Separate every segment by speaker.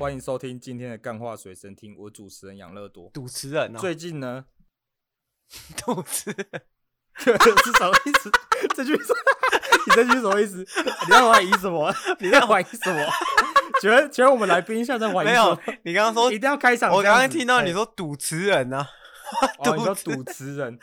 Speaker 1: 欢迎收听今天的干话随身听，我主持人养乐多。
Speaker 2: 主持人哦，
Speaker 1: 最近呢，
Speaker 2: 主持人，
Speaker 1: 是什么意思？这句是， 你这句什么意思？你在怀疑什么？ 你在怀疑什么？ 请问，请问我们来宾现在在怀疑
Speaker 2: 没
Speaker 1: 什么
Speaker 2: 有？，你刚刚说
Speaker 1: 一，定要开场这样子。
Speaker 2: 我刚刚听到
Speaker 1: 哎
Speaker 2: 你说主持人啊呢，
Speaker 1: 哦，你说主持 人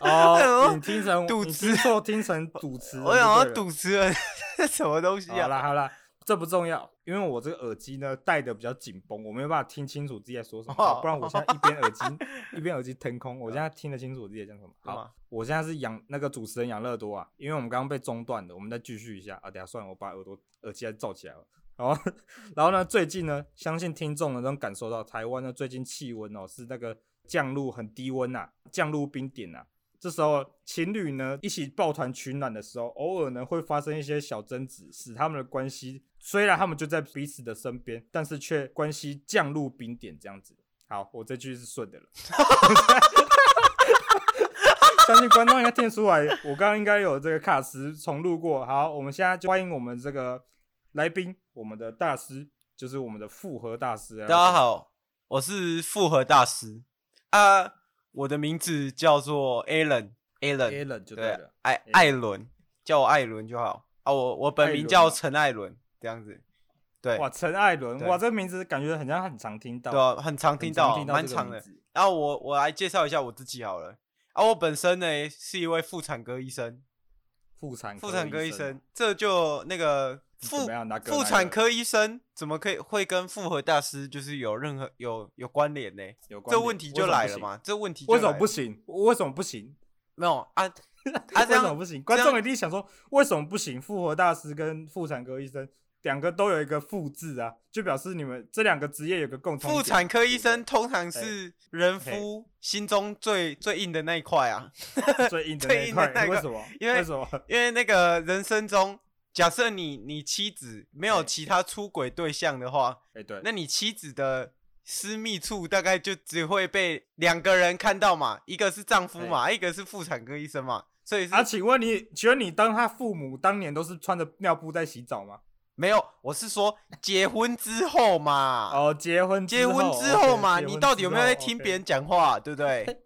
Speaker 2: 哎
Speaker 1: 哦，你听成
Speaker 2: 赌
Speaker 1: 你
Speaker 2: 词
Speaker 1: 听错，听 成主持人就
Speaker 2: 我
Speaker 1: 对了。
Speaker 2: 想说主持人 是什么东西
Speaker 1: 好
Speaker 2: 啊？
Speaker 1: 啦好啦，这不重要，因为我这个耳机呢戴的比较紧绷，我没有办法听清楚自己在说什么，
Speaker 2: 哦
Speaker 1: 不然我现在一边耳 机一边耳机腾空，我现在听得清楚我自己在讲什么。
Speaker 2: 是吗
Speaker 1: 好，我现在是养那个主持人养乐多啊，因为我们刚刚被中断的，我们再继续一下啊。等一下算了，我把耳朵耳机再罩起来了。然后，然后呢？最近呢，相信听众呢能感受到台湾呢最近气温哦是那个降入很低温呐、啊，降入冰点呐、啊。这时候情侣呢一起抱团取暖的时候，偶尔呢会发生一些小争执，使他们的关系虽然他们就在彼此的身边，但是却关系降入冰点这样子。好，我这句是顺的了。 相信观众应该听得出来，我刚刚应该有这个卡斯重录过。好，我们现在就欢迎我们这个来宾，我们的大师，就是我们的复合大师。啊
Speaker 2: 大家，好，我是复合大师啊，我的名字叫做 Alan，Alan，
Speaker 1: a l a n 就对
Speaker 2: 对
Speaker 1: 了。，
Speaker 2: 艾艾伦，叫我艾伦就好啊。我我本
Speaker 1: 艾
Speaker 2: 名
Speaker 1: 伦
Speaker 2: 叫
Speaker 1: 啊
Speaker 2: 陈艾伦，这样子，对
Speaker 1: 哇，陈艾伦，
Speaker 2: 对
Speaker 1: 哇，这个名字感觉很像很常听到，
Speaker 2: 对啊，很常听
Speaker 1: 很常
Speaker 2: 到，
Speaker 1: 听到
Speaker 2: 蛮
Speaker 1: 这个
Speaker 2: 长
Speaker 1: 名
Speaker 2: 的。
Speaker 1: 字
Speaker 2: 然后我我来介绍一下我自己好了。啊，我本身呢是一位妇产科医生，
Speaker 1: 妇产
Speaker 2: 妇产科医
Speaker 1: 生
Speaker 2: 生，，这就那个
Speaker 1: 你
Speaker 2: 妇
Speaker 1: 怎么样哪个
Speaker 2: 妇
Speaker 1: 来
Speaker 2: 产
Speaker 1: 的
Speaker 2: 科医生怎么可以会跟复合大师就是有任何有有关联呢？
Speaker 1: 有关
Speaker 2: 这
Speaker 1: 联
Speaker 2: 问题就来了？嘛，这问题就
Speaker 1: 为什么
Speaker 2: 来
Speaker 1: 不
Speaker 2: 了？
Speaker 1: 行？为什么不行？
Speaker 2: 没有 啊啊
Speaker 1: 为
Speaker 2: 这
Speaker 1: 什么
Speaker 2: 样
Speaker 1: 不行？观
Speaker 2: 这
Speaker 1: 众
Speaker 2: 样
Speaker 1: 一定想说，为什么不行？复活大师跟妇产科医生两个都有一个“复”字啊，就表示你们这两个职业有个共同点。
Speaker 2: 妇产科医生
Speaker 1: 对
Speaker 2: 通常
Speaker 1: 嘿
Speaker 2: 是人
Speaker 1: 嘿
Speaker 2: 夫心中最最硬的那一块啊，
Speaker 1: 不对最硬的那
Speaker 2: 最
Speaker 1: 一
Speaker 2: 硬的
Speaker 1: 块，
Speaker 2: 那一
Speaker 1: 为
Speaker 2: 块
Speaker 1: 什么？
Speaker 2: 因为
Speaker 1: 什么？
Speaker 2: 因为那个人生中，假设你你妻子没有
Speaker 1: 嘿
Speaker 2: 其他出轨对象的话，
Speaker 1: 哎，对，
Speaker 2: 那你妻子的私密处大概就只会被两个人看到嘛，一个是丈夫嘛，一个是妇产科医生嘛，所以是、
Speaker 1: 啊，请问你，请问你当他父母当年都是穿着尿布在洗澡吗？
Speaker 2: 没有，我是说结婚之后嘛，
Speaker 1: 哦，结婚
Speaker 2: 啊结婚之后嘛，你到底有没有在听别
Speaker 1: 人？
Speaker 2: 人讲话，啊对不对？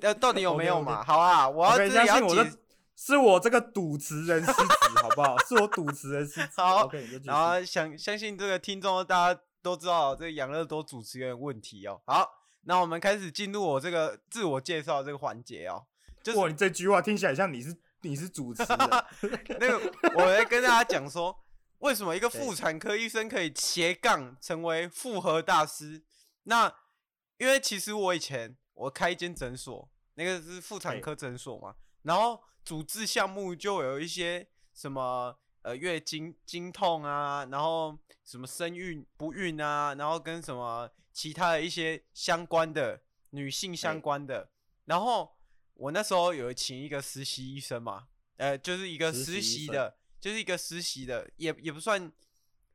Speaker 2: 呃，到底有没有
Speaker 1: OK，OK
Speaker 2: 嘛？好啊，我要
Speaker 1: OK，
Speaker 2: 这里
Speaker 1: 相
Speaker 2: 要
Speaker 1: 信我
Speaker 2: 解
Speaker 1: 的，是我这个主持人失职，好不好？是我主持人失职。
Speaker 2: 好
Speaker 1: OK，你就继续
Speaker 2: 然后想相信这个听众大家都知道，这个养乐多主持人有问题哦。好，那我们开始进入我这个自我介绍这个环节哦。就是
Speaker 1: 哇，你这句话听起来像你是你是主持 人，啊
Speaker 2: 那个，我来跟大家讲说，为什么一个妇产科医生可以斜杠成为复合大师？那因为其实我以前我开一间诊所，那个是妇
Speaker 1: 哎
Speaker 2: 产科诊所嘛，然后主治项目就有一些什么呃月经经痛啊，然后什么生育不孕啊，然后跟什么其他的一些相关的女性
Speaker 1: 哎
Speaker 2: 相关的，然后我那时候有请一个实习医生嘛，呃，就是一个
Speaker 1: 实习
Speaker 2: 实
Speaker 1: 医
Speaker 2: 习
Speaker 1: 生
Speaker 2: 的，就是一个实习的，也也不算，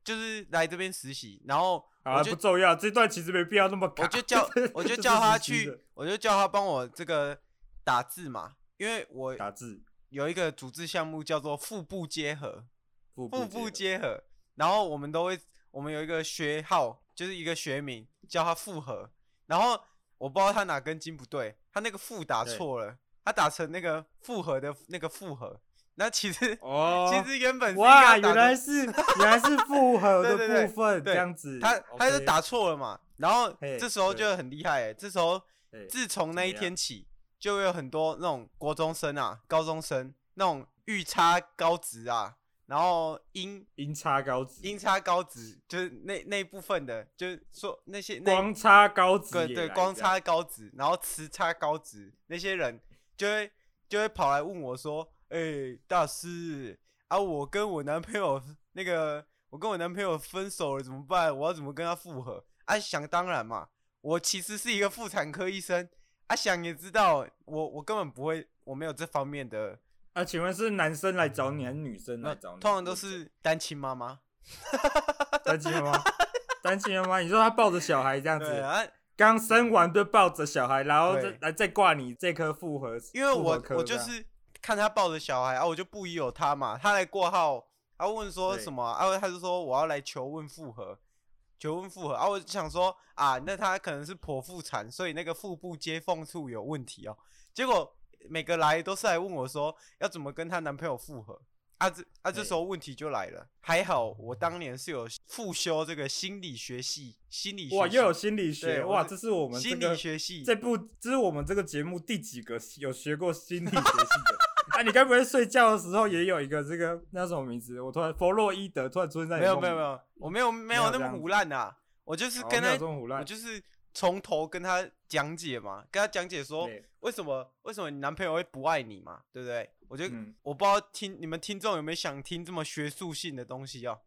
Speaker 2: 就是来这边实习，然后
Speaker 1: 啊，
Speaker 2: 我就
Speaker 1: 不重要，这段其实没必要那么卡。
Speaker 2: 我就叫我就叫他去
Speaker 1: 这，
Speaker 2: 我就叫他帮我这个打字嘛，因为我
Speaker 1: 是打字，
Speaker 2: 有一个组织项目叫做腹部结合，
Speaker 1: 腹
Speaker 2: 腹部
Speaker 1: 部接
Speaker 2: 结合，然后我们都会，我们有一个学号，就是一个学名，叫它复合。然后我不知道他哪根筋不对，他那个复打
Speaker 1: 对
Speaker 2: 错了，他打成那个复合的那个复合。那其实、
Speaker 1: 哦。
Speaker 2: 其实原本是应该
Speaker 1: 哇，
Speaker 2: 要
Speaker 1: 原
Speaker 2: 打成
Speaker 1: 来 是原来是复合的
Speaker 2: 对对对
Speaker 1: 部分这
Speaker 2: 对
Speaker 1: 样子，
Speaker 2: 他他就
Speaker 1: OK，
Speaker 2: 打错了嘛。然后
Speaker 1: 嘿
Speaker 2: 这时候
Speaker 1: 对
Speaker 2: 就很厉害、欸，这时候
Speaker 1: 对
Speaker 2: 自从那
Speaker 1: 么
Speaker 2: 一
Speaker 1: 样
Speaker 2: 天起，就会有很多那种国中生啊、高中生那种预差高职啊，然后音
Speaker 1: 音差高值，
Speaker 2: 音差高值，就是那那一部分的，就是说那些那
Speaker 1: 光差高值
Speaker 2: 对
Speaker 1: 也
Speaker 2: 对
Speaker 1: 来
Speaker 2: 光
Speaker 1: 这样
Speaker 2: 差高值，然后磁差高值，那些人就会就会跑来问我说：“哎、大师啊，我跟我男朋友那个，我跟我男朋友分手了，怎么办？我要怎么跟他复合？”啊，想当然嘛，我其实是一个妇产科医生，阿翔也知道，我我根本不会，我没有这方面的，
Speaker 1: 啊，请问是男生来找你还是女生来找
Speaker 2: 通
Speaker 1: 你？
Speaker 2: 常都是单亲妈妈。
Speaker 1: 单亲妈妈，单亲妈妈，你说她抱着小孩这样
Speaker 2: 对
Speaker 1: 子，
Speaker 2: 啊，
Speaker 1: 刚生完就抱着小孩，然后再
Speaker 2: 对
Speaker 1: 来再挂你这颗复合，
Speaker 2: 因为
Speaker 1: 复合
Speaker 2: 我
Speaker 1: 科
Speaker 2: 我就
Speaker 1: 这样
Speaker 2: 是看他抱着小孩啊，我就不疑有他嘛，他来挂号，他问说
Speaker 1: 对
Speaker 2: 什么啊，他就说我要来求问复合，求问复合啊，我就想说啊，那他可能是剖腹产，所以那个腹部接缝处有问题哦。结果每个来都是来问我说要怎么跟她男朋友复合。啊这啊这
Speaker 1: 对
Speaker 2: 时候问题就来了，还好我当年是有复修这个心理学系，心理学
Speaker 1: 哇，
Speaker 2: 系
Speaker 1: 又有心理学
Speaker 2: 对
Speaker 1: 哇，
Speaker 2: 我
Speaker 1: 这是我们这
Speaker 2: 心
Speaker 1: 个
Speaker 2: 理学系
Speaker 1: 这部这是我们这个节目第几个有学过心理学系的？ 啊，你该不会睡觉的时候也有一个这个那什么名字？我突然弗洛伊德突然出现在你
Speaker 2: 没有
Speaker 1: 梦
Speaker 2: 没有
Speaker 1: 里
Speaker 2: 没有，我没有没有
Speaker 1: 有
Speaker 2: 那
Speaker 1: 这
Speaker 2: 么
Speaker 1: 样
Speaker 2: 胡乱啊，我就是
Speaker 1: 哦
Speaker 2: 跟
Speaker 1: 没有
Speaker 2: 他
Speaker 1: 这种胡
Speaker 2: 我
Speaker 1: 乱，
Speaker 2: 就是从头跟他讲解嘛，跟他讲解说
Speaker 1: 对
Speaker 2: 为什么为什么你男朋友会不爱你嘛，对不对？我就、
Speaker 1: 嗯
Speaker 2: 我不知道听你们听众有没有想听这么学术性的东西哦，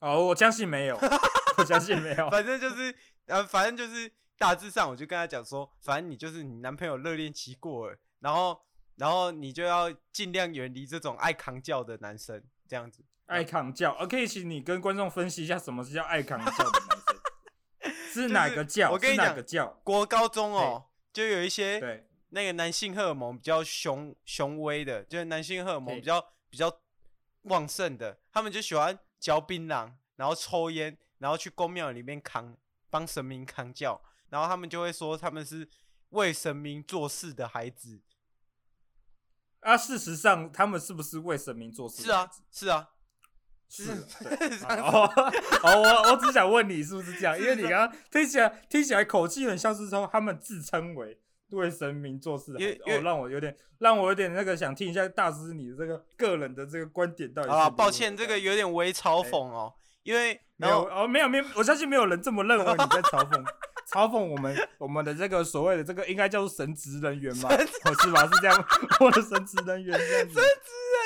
Speaker 1: 哦，我相信没 有，我相信没有。
Speaker 2: 反正就是呃，反正就是大致上我就跟他讲说，反正你就是你男朋友热恋期过了，然后然后你就要尽量远离这种爱扛教的男生，这样子。
Speaker 1: 爱扛教，呃，可以请你跟观众分析一下什么是叫爱扛教的男生， 是哪个教？
Speaker 2: 就是我跟你
Speaker 1: 是哪
Speaker 2: 讲
Speaker 1: 个教？
Speaker 2: 国高中哦，就有一些
Speaker 1: 对，
Speaker 2: 那个男性荷尔蒙比较雄雄威的，就是男性荷尔蒙
Speaker 1: 对
Speaker 2: 比较比较旺盛的，他们就喜欢嚼槟榔，然后抽烟，然后去公庙里面扛帮神明扛教，然后他们就会说他们是为神明做事的孩子。
Speaker 1: 啊，事实上他们是不是为神明做事？
Speaker 2: 是啊，，是啊，
Speaker 1: 是啊。
Speaker 2: 是
Speaker 1: 啊
Speaker 2: 啊
Speaker 1: 哦哦，我我只想问你是不是这样，因为你
Speaker 2: 是啊
Speaker 1: 刚刚听起来听起来口气很像是说他们自称为为神明做事的
Speaker 2: 因
Speaker 1: 孩
Speaker 2: 为
Speaker 1: 子，
Speaker 2: 因
Speaker 1: 哦，
Speaker 2: 为
Speaker 1: 让我有点让我有点那个想听一下大师你的这个个人的这个观点到底
Speaker 2: 好
Speaker 1: 是
Speaker 2: 啦
Speaker 1: 如何
Speaker 2: 抱歉，这个有点微嘲
Speaker 1: 哎
Speaker 2: 讽哦，因为
Speaker 1: 没
Speaker 2: 然后
Speaker 1: 有哦，没有没有，我相信没有人这么认为你在嘲讽嘲讽我们我们的这个所谓的这个应该叫做神职人员嘛，哦是吧？是这样，我的神职人员这样子，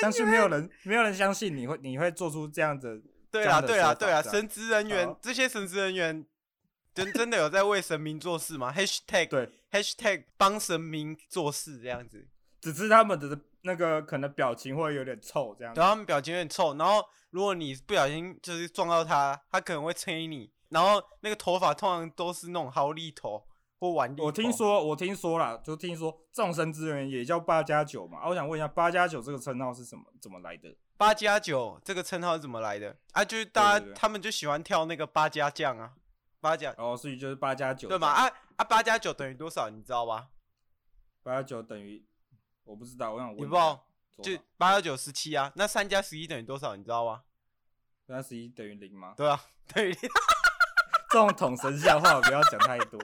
Speaker 1: 相信没有人没有人相信你会你会做出这样的
Speaker 2: 对
Speaker 1: 这
Speaker 2: 啦，
Speaker 1: 样的
Speaker 2: 对啦，
Speaker 1: 说法
Speaker 2: 对啦，
Speaker 1: 这样
Speaker 2: 神职人员
Speaker 1: 好
Speaker 2: 这些神职人员真真的有在为神明做事吗？#hashtag
Speaker 1: 对
Speaker 2: #hashtag 帮神明做事这样子，
Speaker 1: 只是他们的那个可能表情会有点臭这样子
Speaker 2: 然。后他们表情有点臭，然后如果你不小心就是撞到他，他可能会催你，然后那个头发通常都是那种毫粒头或碗粒头。
Speaker 1: 我听说，我听说啦，就听说众神之源也叫八加九嘛。啊，我想问一下，八加九这个称号是什么？怎么来的？
Speaker 2: 八加九这个称号是怎么来的啊？就是大家
Speaker 1: 对对对
Speaker 2: 他们就喜欢跳那个八家将啊，八加
Speaker 1: 然后所以就是八加九，
Speaker 2: 对嘛？？啊啊，八加九等于多少？你知道吧？
Speaker 1: 八加九等于我不知道，我想问
Speaker 2: 你
Speaker 1: 一
Speaker 2: 不知道
Speaker 1: 下，多
Speaker 2: 就
Speaker 1: 少
Speaker 2: 八加九十七啊，那三加十一等于多少？你知道吗？
Speaker 1: 三十一等于零吗？
Speaker 2: 对啊，等 于
Speaker 1: 这种统神笑话不要讲太多，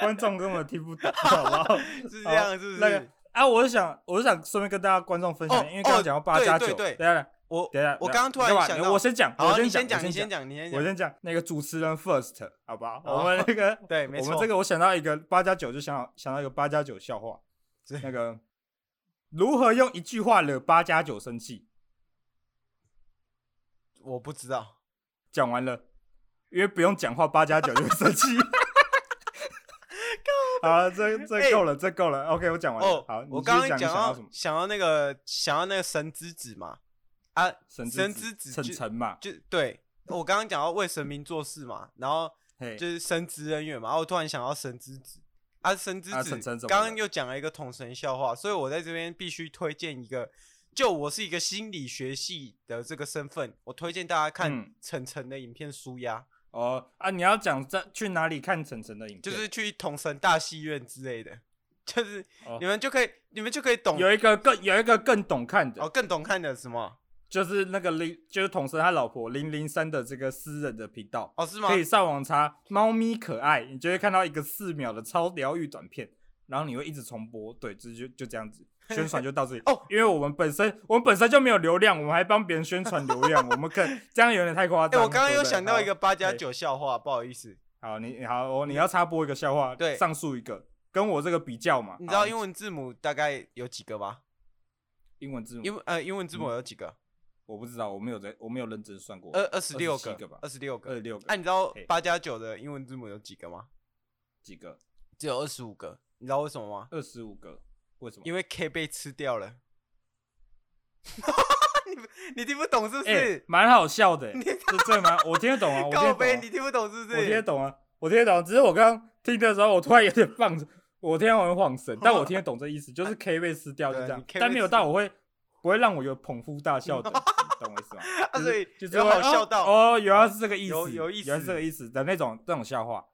Speaker 1: 观众根本听不懂，好不好？
Speaker 2: 是这样，是不
Speaker 1: 那个
Speaker 2: 是？
Speaker 1: 啊，我是想，我是想顺便跟大家观众分享，
Speaker 2: 哦
Speaker 1: 因为刚刚讲到八加九，
Speaker 2: 哦对对对
Speaker 1: 等一下，
Speaker 2: 我
Speaker 1: 等一下，
Speaker 2: 我
Speaker 1: 等一下
Speaker 2: 刚刚突然
Speaker 1: 你干嘛
Speaker 2: 想
Speaker 1: 你
Speaker 2: 到
Speaker 1: 我先讲，
Speaker 2: 好，
Speaker 1: 我
Speaker 2: 你
Speaker 1: 先
Speaker 2: 讲，你
Speaker 1: 先
Speaker 2: 先，讲，你先
Speaker 1: 我
Speaker 2: 讲。
Speaker 1: 先讲那个主持人 first，好不好？
Speaker 2: 好
Speaker 1: 我们那个
Speaker 2: 对， 没
Speaker 1: 我
Speaker 2: 错。
Speaker 1: 们这个我想到一个八加九，就想到想到一个八加九笑话
Speaker 2: 是，
Speaker 1: 那个如何用一句话惹八加九生气？
Speaker 2: 我不知道。
Speaker 1: 讲完了，因为不用讲话，八加九就会生 气。好了，这这
Speaker 2: 哎
Speaker 1: 够了，这够了。OK，我讲完了。
Speaker 2: 哦
Speaker 1: 好，，你继
Speaker 2: 我
Speaker 1: 续
Speaker 2: 刚刚
Speaker 1: 讲你
Speaker 2: 讲
Speaker 1: 想
Speaker 2: 到
Speaker 1: 到什么？
Speaker 2: 想到那个想到那个神之子嘛，啊，
Speaker 1: 神
Speaker 2: 神
Speaker 1: 之
Speaker 2: 之子
Speaker 1: 晨
Speaker 2: 就
Speaker 1: 晨嘛，
Speaker 2: 就对我刚刚讲到为神明做事嘛，然后
Speaker 1: 嘿，
Speaker 2: 就是神职人员嘛，啊然后我突然想到神之子啊，神之
Speaker 1: 啊
Speaker 2: 子
Speaker 1: 神神怎么
Speaker 2: 刚
Speaker 1: 了
Speaker 2: 刚又讲了一个统神笑话，所以我在这边必须推荐一个，就我是一个心理学系的这个身份，我推荐大家看
Speaker 1: 嗯
Speaker 2: 晨晨的影片《舒压》，
Speaker 1: 哦啊，你要讲在去哪里看晨晨的影片？
Speaker 2: 就是去统神大戏院之类的， 就是
Speaker 1: 哦
Speaker 2: 你们就可以你们就可以懂
Speaker 1: 有一个更有一个更懂看的，
Speaker 2: 哦，更懂看的什么
Speaker 1: 就是那个零，就是统神他老婆零零三的这个私人的频道，
Speaker 2: 哦，是吗
Speaker 1: 可？以上网查“猫咪可爱”，你就会看到一个四秒的超疗愈短片，然后你会一直重播。对，这就就这样 子，宣传就到这里
Speaker 2: 哦
Speaker 1: 因为我们本身我们本身就没有流量，我们还帮别人宣传流量，我们可这样有点太夸
Speaker 2: 哎、
Speaker 1: 张。
Speaker 2: 我刚刚
Speaker 1: 对
Speaker 2: 又
Speaker 1: 不对
Speaker 2: 想到一个，八加
Speaker 1: 对
Speaker 2: 九笑话，不好意思，
Speaker 1: 好，好你好，我你要插播一个笑话，
Speaker 2: 对
Speaker 1: 上述一个跟我这个比较嘛，
Speaker 2: 你知道
Speaker 1: 好
Speaker 2: 英文字母大概有几个吗？
Speaker 1: 英文字母，
Speaker 2: 英文呃，英文字
Speaker 1: 嗯
Speaker 2: 母有几个？
Speaker 1: 我不知道，我没有在，我没有认真算过，
Speaker 2: 二二十六
Speaker 1: 27
Speaker 2: 个
Speaker 1: 个吧
Speaker 2: 二十六个
Speaker 1: 二。十六
Speaker 2: 哎、
Speaker 1: 个，
Speaker 2: 你知道
Speaker 1: 嘿
Speaker 2: 八加九的英文字母有几个吗？
Speaker 1: 几个？
Speaker 2: 只有二十五个，你知道为什么吗？
Speaker 1: 二十五个？为什么？
Speaker 2: 因为 K 被吃掉了。 你不你听不懂是不
Speaker 1: 哎、
Speaker 2: 是？
Speaker 1: 蛮好笑的、欸，这这蛮我听得懂啊，我听
Speaker 2: 告
Speaker 1: 得
Speaker 2: 杯
Speaker 1: 懂、啊
Speaker 2: 你。听不懂是不
Speaker 1: 我听得
Speaker 2: 是？
Speaker 1: 懂啊，我听得懂。只是我刚刚听的时候，我突然有点放，我听完会晃 神，但我听得懂这意思，就是 K 被撕掉就
Speaker 2: 对
Speaker 1: 这样
Speaker 2: 你，K
Speaker 1: 但
Speaker 2: 被
Speaker 1: 没有
Speaker 2: 撕
Speaker 1: 到我会不会让我有捧腹大笑的，你懂我意 思吗？就
Speaker 2: 啊，
Speaker 1: 是
Speaker 2: 所以
Speaker 1: 就是
Speaker 2: 有
Speaker 1: 会
Speaker 2: 好
Speaker 1: 哦
Speaker 2: 笑到
Speaker 1: 哦，原来是这个意思，
Speaker 2: 有有意
Speaker 1: 原来是这个
Speaker 2: 思
Speaker 1: 意思的那种这种笑话，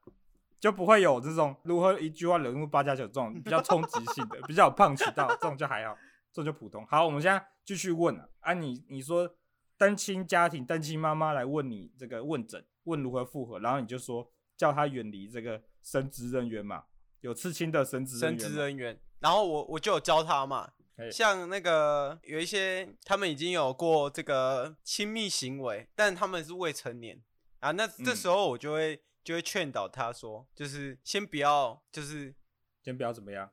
Speaker 1: 就不会有这种如何一句话惹怒八加九这种比较冲击性的，比较有胖渠道，这种就还好，这种就普通。好，我们现在继续问啊，啊你你说单亲家庭单亲妈妈来问你这个问诊，问如何复合，然后你就说叫她远离这个神职人员嘛，有刺青的神职
Speaker 2: 神
Speaker 1: 员
Speaker 2: 职
Speaker 1: 嘛，
Speaker 2: 人员。然后我我就有教他嘛
Speaker 1: 嘿，
Speaker 2: 像那个有一些他们已经有过这个亲密行为，但他们是未成年啊，那这
Speaker 1: 嗯
Speaker 2: 时候我就会就会劝导他说，就是先不要，就是
Speaker 1: 先不要怎么样，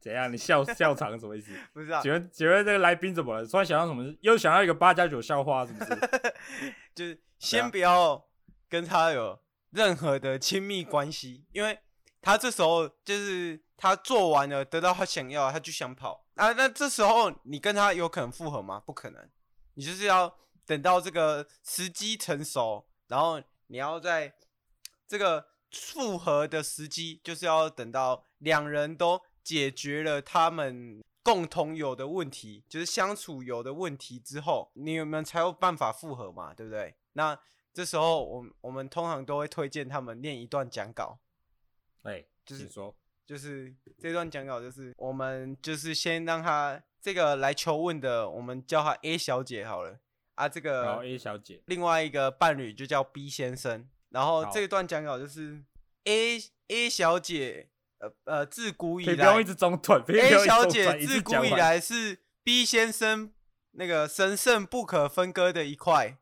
Speaker 1: 怎样？你笑笑场是什么 意思？
Speaker 2: 不知道，
Speaker 1: 请问请问这个来宾怎么了？突然想到什么事？又想到一个八加九笑话，是不是？
Speaker 2: 就
Speaker 1: 对
Speaker 2: 是
Speaker 1: 啊
Speaker 2: 先不要跟他有任何的亲密关系，因为他这时候就是他做完了，得到他想要的，他就想跑啊。那这时候你跟他有可能复合吗？不可能，你就是要等到这个时机成熟，然后你要在这个复合的时机，就是要等到两人都解决了他们共同有的问题，就是相处有的问题之后，你们才有办法复合嘛，对不对？那这时候我们我们通常都会推荐他们念一段讲稿，
Speaker 1: 哎、
Speaker 2: 就
Speaker 1: 请
Speaker 2: 是
Speaker 1: 说，
Speaker 2: 就是这段讲稿，就是我们就是先让他这个来求问的，我们叫他 A 小姐好了啊，这
Speaker 1: 然后
Speaker 2: 个
Speaker 1: A 小姐，
Speaker 2: 另外一个伴侣就叫 B 先生。然后
Speaker 1: 好
Speaker 2: 这段讲稿就是 A A 小姐，呃呃，自古以
Speaker 1: 可以不
Speaker 2: 来
Speaker 1: 用一直中断，可以不
Speaker 2: A
Speaker 1: 用一直
Speaker 2: 小
Speaker 1: 中断
Speaker 2: 姐
Speaker 1: 一
Speaker 2: 自
Speaker 1: 直
Speaker 2: 古
Speaker 1: 讲
Speaker 2: 以
Speaker 1: 完
Speaker 2: 来是 B 先生那个神圣不可分割的一块。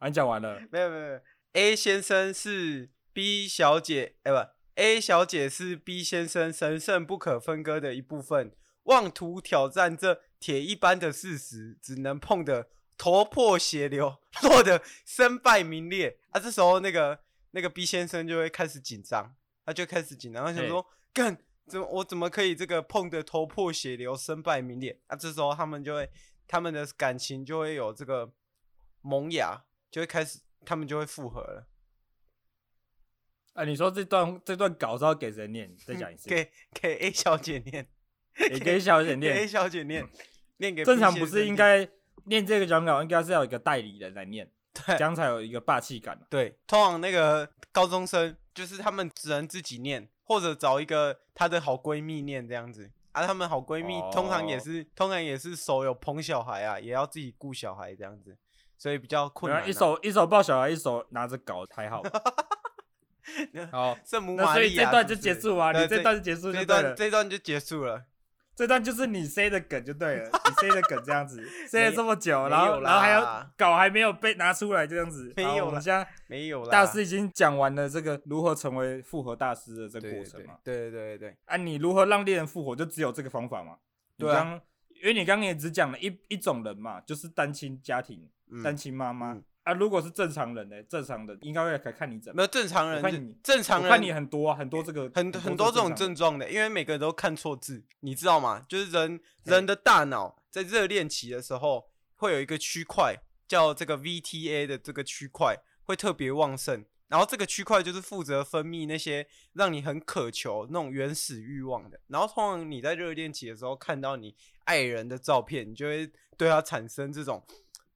Speaker 1: 啊，你讲完了，
Speaker 2: 没有没有没有，A 先生是 B 小姐，哎、不，A 小姐是 B 先生神圣不可分割的一部分，妄图挑战这铁一般的事实，只能碰得头破血流，落得身败名裂啊！这时候那个那个 B 先生就会开始紧张，他就开始紧张，他想说干。怎么我怎么可以这个碰得头破血流、身败名裂？啊，这时候他们就会，他们的感情就会有这个萌芽，就会开始，他们就会复合了。
Speaker 1: 啊，你说这段这段稿是要给谁念？再讲一次，
Speaker 2: 给给 A 小姐念，
Speaker 1: 也给小姐
Speaker 2: 给 A
Speaker 1: 念。
Speaker 2: 小姐念，念给
Speaker 1: 正
Speaker 2: B
Speaker 1: 常
Speaker 2: 先
Speaker 1: 不
Speaker 2: 生
Speaker 1: 是应
Speaker 2: 念
Speaker 1: 该念这个讲稿，应该是要有一个代理人来 念，这样才有一个霸气感啊
Speaker 2: 对，通常那个高中生就是他们只能自己念，或者找一个她的好闺蜜念这样子。啊，她们好闺蜜通常也
Speaker 1: 哦
Speaker 2: 是，通常也是手有捧小孩啊，也要自己顾小孩这样子，所以比较困
Speaker 1: 然啊
Speaker 2: 难、啊
Speaker 1: 后一手一手抱小孩，一手拿着稿，还 好吧。好，
Speaker 2: 圣母
Speaker 1: 那
Speaker 2: 玛
Speaker 1: 所以
Speaker 2: 利亚，
Speaker 1: 这段就结束啊，
Speaker 2: 对
Speaker 1: 你这
Speaker 2: 这
Speaker 1: 段就结束
Speaker 2: 这
Speaker 1: 就对
Speaker 2: 一段
Speaker 1: 了。
Speaker 2: 这一段就结束了。
Speaker 1: 这段就是你塞的梗就对了， 你塞的梗这样子，塞了这么久，
Speaker 2: 没
Speaker 1: 然后
Speaker 2: 有啦
Speaker 1: 然后还要稿还没有被拿出来这样子，
Speaker 2: 没有啦
Speaker 1: 好我们现在
Speaker 2: 没有啦，
Speaker 1: 大师已经讲完了这个如何成为复合大师的这个
Speaker 2: 对
Speaker 1: 过
Speaker 2: 对
Speaker 1: 程嘛，
Speaker 2: 对对对对
Speaker 1: 啊，你如何让恋人复活，就只有这个方法嘛？你
Speaker 2: 对啊
Speaker 1: 刚，因为你刚刚也只讲了一一种人嘛，就是单亲家庭、
Speaker 2: 嗯
Speaker 1: 单亲妈妈
Speaker 2: 嗯
Speaker 1: 啊，如果是正常人呢，正常人应该会来看你怎
Speaker 2: 没
Speaker 1: 么。
Speaker 2: 有正常人
Speaker 1: 我看
Speaker 2: 就
Speaker 1: 你
Speaker 2: 正常
Speaker 1: 我
Speaker 2: 人
Speaker 1: 看你很多啊，很多这个
Speaker 2: 很很多这种
Speaker 1: 正
Speaker 2: 症状的，因为每个人都看错字，你知道吗？就是人人的大脑在热恋期的时候，会有一个区块叫这个 VTA 的这个区块会特别旺盛，然后这个区块就是负责分泌那些让你很渴求那种原始欲望的。然后通常你在热恋期的时候看到你爱人的照片，你就会对他产生这种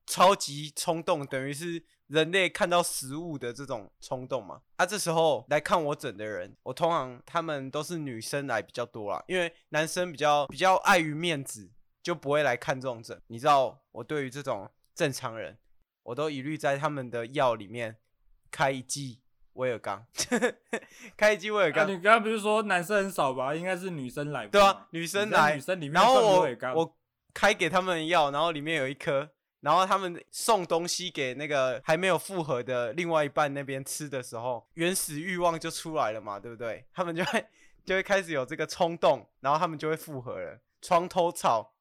Speaker 2: 超级冲动，等于是人类看到食物的这种冲动嘛。啊，这时候来看我整的人，我通常他们都是女生来比较多啦，因为男生比较比较碍于面子，就不会来看这种诊。你知道，我对于这种正常人，我都一律在他们的药里面开一剂威尔刚， 开一剂威尔
Speaker 1: 啊，
Speaker 2: 刚。
Speaker 1: 你刚刚不是说男生很少吧？应该是女生来吧，
Speaker 2: 对啊，女
Speaker 1: 你
Speaker 2: 生
Speaker 1: 知道
Speaker 2: 来，
Speaker 1: 女生里面
Speaker 2: 然
Speaker 1: 算
Speaker 2: 后
Speaker 1: 不
Speaker 2: 我
Speaker 1: 会高
Speaker 2: 我开给他们药，然后里面有一颗，然后他们送东西给那个还没有复合的另外一半那边吃的时候，原始欲望就出来了嘛，对不对？他们就会就会开始有这个冲动，然后他们就会复合了，床头吵，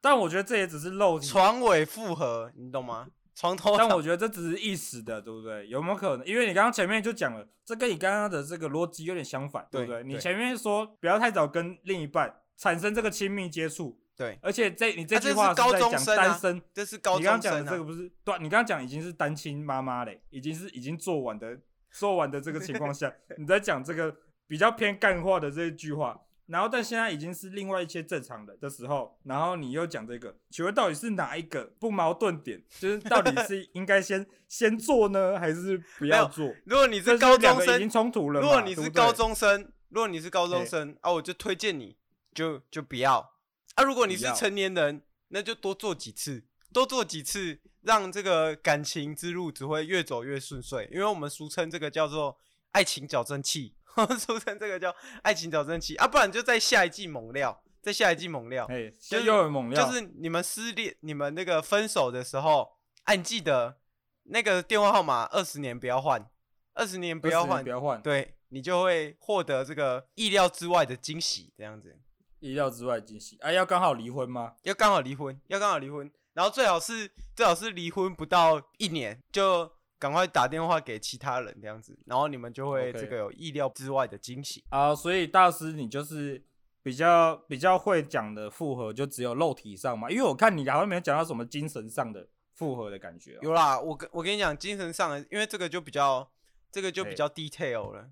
Speaker 1: 但我觉得这也只是肉体，
Speaker 2: 床尾复合，你懂吗？床头
Speaker 1: 但
Speaker 2: 草
Speaker 1: 我觉得这只是一时的，对不对？有没有可能？因为你刚刚前面就讲了，这跟你刚刚的这个逻辑有点相反，对不
Speaker 2: 对
Speaker 1: 对？你
Speaker 2: 对
Speaker 1: 前面说不要太早跟另一半产生这个亲密接触，
Speaker 2: 对，
Speaker 1: 而且这你这
Speaker 2: 啊这
Speaker 1: 句话
Speaker 2: 是高
Speaker 1: 在
Speaker 2: 中
Speaker 1: 讲
Speaker 2: 生
Speaker 1: 单
Speaker 2: 啊
Speaker 1: 身，
Speaker 2: 这是高
Speaker 1: 你刚刚
Speaker 2: 中
Speaker 1: 讲
Speaker 2: 生
Speaker 1: 的这个
Speaker 2: 啊，
Speaker 1: 不是对啊、你刚刚讲已经是单亲妈妈嘞，已经是已经做完的做完的这个情况 下，你在讲这个比较偏干话的这一句话，然后但现在已经是另外一些正常人的时候，然后你又讲这个，请问到底是哪一个不矛盾点？就是到底是应该 先先做呢，还是不要
Speaker 2: 有
Speaker 1: 做？
Speaker 2: 如果你
Speaker 1: 这
Speaker 2: 是高
Speaker 1: 两
Speaker 2: 中
Speaker 1: 个已经
Speaker 2: 生，
Speaker 1: 冲突了
Speaker 2: 如
Speaker 1: 嘛，
Speaker 2: 果你
Speaker 1: 对
Speaker 2: 是
Speaker 1: 不对
Speaker 2: 高，中生，如果你是高中
Speaker 1: 哎
Speaker 2: 生啊，我就推荐你就就不要啊。如果你
Speaker 1: 不
Speaker 2: 是
Speaker 1: 要
Speaker 2: 成年人，那就多做几次，多做几次，让这个感情之路只会越走越顺遂。因为我们俗称这个叫做爱情矫正器， 俗称这个叫爱情矫正器啊，不然就在下一季猛料，在下一季猛料。
Speaker 1: 哎，就
Speaker 2: 就
Speaker 1: 是又有猛料，
Speaker 2: 就是你们失恋、你们那个分手的时候，哎、你记得那个电话号码二十年不要换，二十年不要
Speaker 1: 20
Speaker 2: 换
Speaker 1: 不，要换，
Speaker 2: 对你就会获得这个意料之外的惊喜，这样子。
Speaker 1: 意料之外的惊喜。哎、要刚好离婚吗？
Speaker 2: 要刚好离婚，要刚好离婚，然后最好是最好是离婚不到一年就赶快打电话给其他人这样子，然后你们就会
Speaker 1: OK
Speaker 2: 这个有意料之外的惊喜。
Speaker 1: 啊、所以大师你就是比较比较会讲的复合，就只有肉体上嘛，因为我看你好像没有讲到什么精神上的复合的感觉、哦。
Speaker 2: 有啦，我跟我跟你讲，精神上的，因为这个就比较这个就比
Speaker 1: 哎
Speaker 2: 较 detail 了。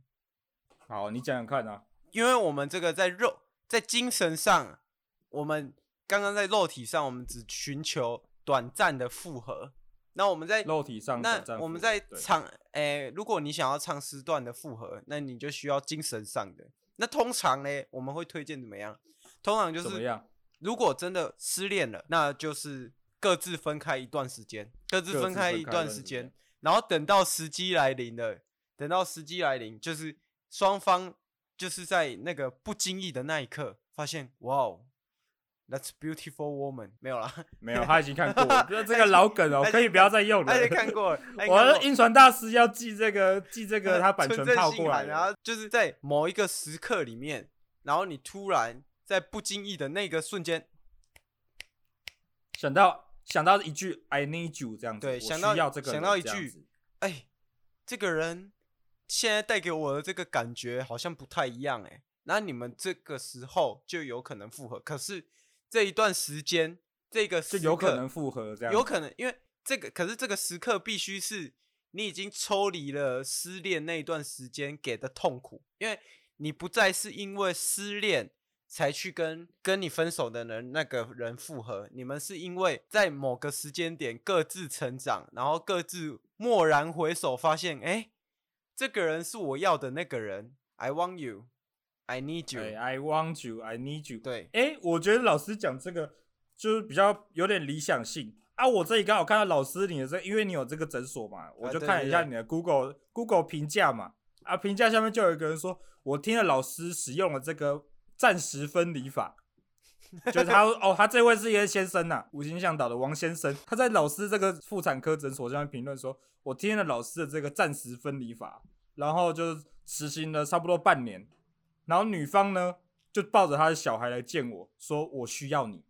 Speaker 1: 好，你讲讲看啊。
Speaker 2: 因为我们这个在肉在精神上，我们刚刚在肉体上，我们只寻求短暂的复合。那我们在
Speaker 1: 肉体上
Speaker 2: 那
Speaker 1: 短暂
Speaker 2: 我们
Speaker 1: 复合
Speaker 2: 在
Speaker 1: 对
Speaker 2: 长诶、如果你想要长时段的复合，那你就需要精神上的。那通常呢，我们会推荐怎么样？通常就
Speaker 1: 怎么
Speaker 2: 是
Speaker 1: 样？
Speaker 2: 如果真的失恋了，那就是各自分开一段时间，各自
Speaker 1: 各
Speaker 2: 分
Speaker 1: 自
Speaker 2: 开
Speaker 1: 分
Speaker 2: 一
Speaker 1: 开一
Speaker 2: 段
Speaker 1: 段
Speaker 2: 时
Speaker 1: 时
Speaker 2: 间
Speaker 1: 间，
Speaker 2: 然后等到时机来临了，等到时机来临，就是双方就是在那个不经意的那一刻，发现哇哦，That's beautiful woman，没有啦，
Speaker 1: 没有，他已经看过了，就是这个老梗哦、
Speaker 2: 他已经
Speaker 1: 可以不要再用了
Speaker 2: 大。家看过了，大家
Speaker 1: 我
Speaker 2: 看
Speaker 1: 要
Speaker 2: 过
Speaker 1: 印传大师要寄这个寄这 个他版权套过来
Speaker 2: 然后
Speaker 1: 了，
Speaker 2: 就是在某一个时刻里面，然后你突然在不经意的那个瞬间，
Speaker 1: 想到想到一句 I need you 这样子，
Speaker 2: 对
Speaker 1: 我
Speaker 2: 想到
Speaker 1: 需要这个人
Speaker 2: 想到一
Speaker 1: 这样
Speaker 2: 句
Speaker 1: 子
Speaker 2: 哎，这个人现在带给我的这个感觉好像不太一样哎、那你们这个时候就有可能复合，可是这一段时间，这个
Speaker 1: 就
Speaker 2: 时
Speaker 1: 有可
Speaker 2: 刻
Speaker 1: 能复合这样子，
Speaker 2: 有可能，因为这个，可是这个时刻必须是你已经抽离了失恋那一段时间给的痛苦，因为你不再是因为失恋才去跟跟你分手的人那个人复合，你们是因为在某个时间点各自成长，然后各自蓦然回首，发现哎、诶这个人是我要的那个人，I want you。I need you，、
Speaker 1: 对，I 哎 want you, I need you。
Speaker 2: 对
Speaker 1: 哎、我觉得老师讲这个就是比较有点理想性啊。我这里刚好看到老师你的这，因为你有这个诊所嘛，我就
Speaker 2: 啊对
Speaker 1: 看了
Speaker 2: 对
Speaker 1: 一下
Speaker 2: 对
Speaker 1: 你的 Google Google 评价嘛，啊，评价下面就有一个人说，我听了老师使用了这个暂时分离法。就是他哦，他这位是一位先生呐、五行向导的王先生，他在老师这个妇产科诊所上面评论说，我听了老师的这个暂时分离法，然后就实行了差不多半年，然后女方呢就抱着她的小孩来见我说我需要你，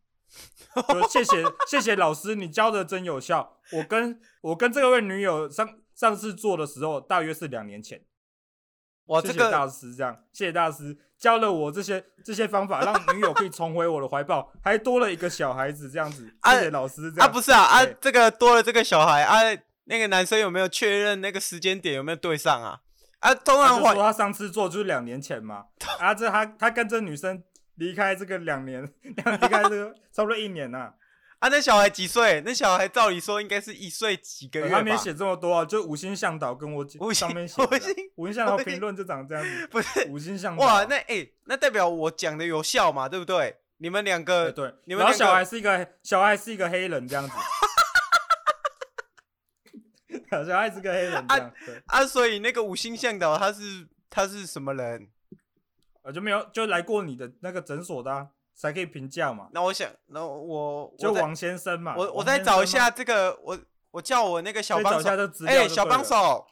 Speaker 1: 说谢谢谢谢老师，你教的真有效。我跟我跟这位女友上上次做的时候，大约是两年前。
Speaker 2: 哇，
Speaker 1: 谢
Speaker 2: 哦这
Speaker 1: 谢
Speaker 2: 个
Speaker 1: 大师，这样谢谢大师教了我这些这些方法，让女友可以重回我的怀抱，还多了一个小孩子这样子。
Speaker 2: 啊
Speaker 1: 谢谢老师，这
Speaker 2: 啊，
Speaker 1: 样
Speaker 2: 不是啊，啊
Speaker 1: 对，
Speaker 2: 这个多了这个小孩啊，那个男生有没有确认那个时间点有没有对上啊？啊，通
Speaker 1: 他
Speaker 2: 常
Speaker 1: 就说
Speaker 2: 怀
Speaker 1: 他上次做就是两年前嘛，啊，这他他跟这女生离开这个两年， 离开这个差不多一年呐、
Speaker 2: 啊，那小孩几岁？那小孩照理说应该是一岁几个
Speaker 1: 呃
Speaker 2: 月
Speaker 1: 他没
Speaker 2: 吧？
Speaker 1: 写这么多啊，就五星向导跟我
Speaker 2: 五星
Speaker 1: 上面写的
Speaker 2: 五星
Speaker 1: 五星向导
Speaker 2: 五星
Speaker 1: 评论就长这样 子，
Speaker 2: 不是，
Speaker 1: 五星向导啊
Speaker 2: 哇，那哎、那代表我讲的有效嘛，对不对？你们两个
Speaker 1: 对对，
Speaker 2: 你们
Speaker 1: 然后
Speaker 2: 两个
Speaker 1: 小孩是一个小孩是一个黑人这 样子，小孩是个黑人这样，对，
Speaker 2: 啊，所以那个五星向导他是他是什么人？
Speaker 1: 我就没有就来过你的那个诊所的、啊、才可以评价嘛，
Speaker 2: 那我想，那我我
Speaker 1: 就
Speaker 2: 再
Speaker 1: 王先生嘛，
Speaker 2: 我我
Speaker 1: 王
Speaker 2: 再
Speaker 1: 先生
Speaker 2: 找
Speaker 1: 嘛
Speaker 2: 一下，这个，我我叫我那个小
Speaker 1: 再
Speaker 2: 帮
Speaker 1: 找一
Speaker 2: 手
Speaker 1: 下这资料
Speaker 2: 哎、
Speaker 1: 就
Speaker 2: 小
Speaker 1: 对
Speaker 2: 帮
Speaker 1: 了
Speaker 2: 手，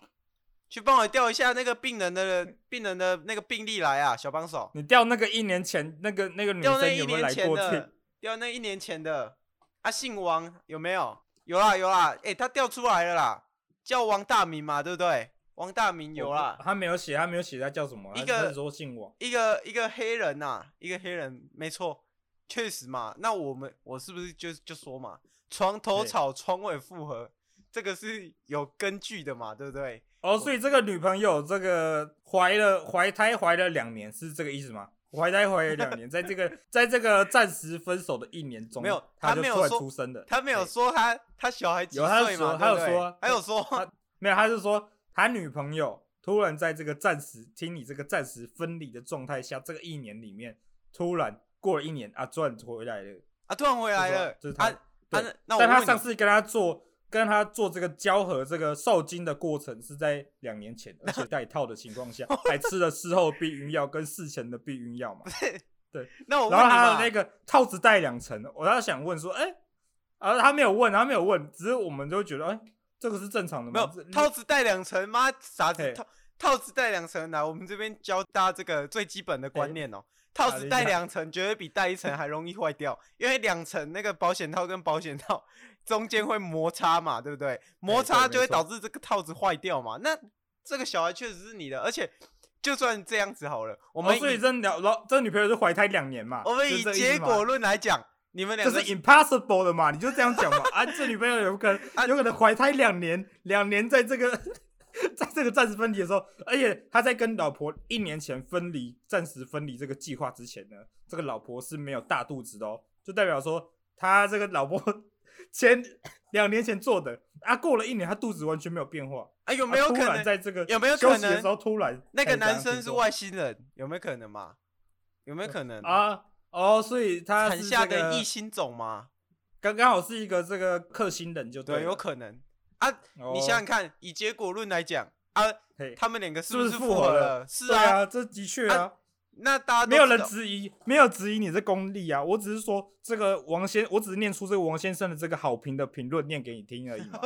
Speaker 2: 去帮我调一下那个病人的病人的那个病历来啊，小帮手，
Speaker 1: 你调那个一年前那个那个女
Speaker 2: 调那
Speaker 1: 生
Speaker 2: 一
Speaker 1: 有没有
Speaker 2: 年
Speaker 1: 来
Speaker 2: 前
Speaker 1: 过去？
Speaker 2: 的，调那一年前的，啊，姓王有没有？有啦有啦，哎、他掉出来了啦，叫王大明嘛，对不对？王大明 有啦，
Speaker 1: 他没有写，他没有写他叫什么，
Speaker 2: 一
Speaker 1: 他
Speaker 2: 个
Speaker 1: 他是说姓王，
Speaker 2: 一个一个黑人呐、一个黑人，没错，确实嘛。那我们我是不是就就说嘛，床头
Speaker 1: 对
Speaker 2: 吵，床尾复合，这个是有根据的嘛，对不对？
Speaker 1: 哦，所以这个女朋友这个怀了怀胎怀了两年，是这个意思吗？怀胎怀了两年，在这 个在这个暂时分手的一年中，
Speaker 2: 没有
Speaker 1: 他
Speaker 2: 他
Speaker 1: 就
Speaker 2: 没有
Speaker 1: 突然
Speaker 2: 说
Speaker 1: 出生的，
Speaker 2: 他没有
Speaker 1: 对
Speaker 2: 说他他小孩几
Speaker 1: 有他有
Speaker 2: 岁嘛，
Speaker 1: 说他有
Speaker 2: 对不对
Speaker 1: 说
Speaker 2: 还有说
Speaker 1: 他没有，他是说他女朋友突然在这个暂时听你这个暂时分离的状态下，这个一年里面突然过了一年啊，突然回来了，
Speaker 2: 啊，突然回来了，
Speaker 1: 就是他
Speaker 2: 啊啊，
Speaker 1: 对
Speaker 2: 那那我
Speaker 1: 但他
Speaker 2: 问你
Speaker 1: 上次跟他做跟他做这个交合、这个受精的过程是在两年前，而且带套的情况下，还吃了事后避孕药跟事前的避孕药嘛。
Speaker 2: 那 我问
Speaker 1: 然后
Speaker 2: 你
Speaker 1: 他
Speaker 2: 嘛
Speaker 1: 的那个套子戴两层，我要想问说，哎、啊，他没有问，他没有问，只是我们就觉得，哎、这个是正常的
Speaker 2: 没
Speaker 1: 吗？
Speaker 2: 有
Speaker 1: 这
Speaker 2: 套子戴两层，妈傻子
Speaker 1: 嗯嘿
Speaker 2: 套套子戴两层啊来，我们这边教大家这个最基本的观 念哦。套
Speaker 1: 好
Speaker 2: 子
Speaker 1: 等一
Speaker 2: 戴
Speaker 1: 下
Speaker 2: 两层绝对比戴一层还容易坏掉，因为两层那个保险套跟保险套 中间会摩擦嘛，对不对？摩
Speaker 1: 对
Speaker 2: 擦
Speaker 1: 没
Speaker 2: 就会
Speaker 1: 错
Speaker 2: 导致这个套子坏掉嘛。那这个小孩确实是你的，而且就算这样子好了，我
Speaker 1: 我
Speaker 2: 们
Speaker 1: 哦所以
Speaker 2: 以
Speaker 1: 这聊，老这女朋友是怀胎两年嘛？
Speaker 2: 我们
Speaker 1: 是
Speaker 2: 以
Speaker 1: 这个意思
Speaker 2: 结
Speaker 1: 吗
Speaker 2: 果论来讲，你们两
Speaker 1: 这
Speaker 2: 个
Speaker 1: 是 impossible 的嘛？你就这样讲嘛？ 啊，这女朋友有可能、
Speaker 2: 啊
Speaker 1: 有可能怀胎两年，两年在这个 在这个暂时分离的时候，而且他在跟老婆一年前分离、暂时分离这个计划之前呢，这个老婆是没有大肚子的哦，就代表说他这个老婆前两年前做的啊，过了一年，他肚子完全没有变化，
Speaker 2: 哎有
Speaker 1: 啊
Speaker 2: 没有
Speaker 1: 突
Speaker 2: 可
Speaker 1: 然
Speaker 2: 能
Speaker 1: 在这个
Speaker 2: 有没有可
Speaker 1: 休息的
Speaker 2: 能
Speaker 1: 时候突然
Speaker 2: 那个
Speaker 1: 哎怎样
Speaker 2: 男生
Speaker 1: 听
Speaker 2: 是
Speaker 1: 说
Speaker 2: 外星人？有没有可能嘛？有没有可能？
Speaker 1: 啊？哦，所以他
Speaker 2: 产
Speaker 1: 是
Speaker 2: 下
Speaker 1: 这
Speaker 2: 的
Speaker 1: 个
Speaker 2: 异星种吗？
Speaker 1: 刚刚好是一个这个克星人就
Speaker 2: 对，
Speaker 1: 了
Speaker 2: 有可能啊。
Speaker 1: 哦
Speaker 2: 你想想看，以结果论来讲啊，
Speaker 1: 嘿
Speaker 2: 他们两个是
Speaker 1: 是不
Speaker 2: 是
Speaker 1: 是
Speaker 2: 复
Speaker 1: 复合了
Speaker 2: 了？是
Speaker 1: 对
Speaker 2: 啊，
Speaker 1: 啊，这的确啊，
Speaker 2: 那大家都
Speaker 1: 没有人
Speaker 2: 知道
Speaker 1: 质疑，没有质疑你这功力啊。我只是说这个王先，我只是念出这个王先生的这个好评的评论念给你听而已 嘛，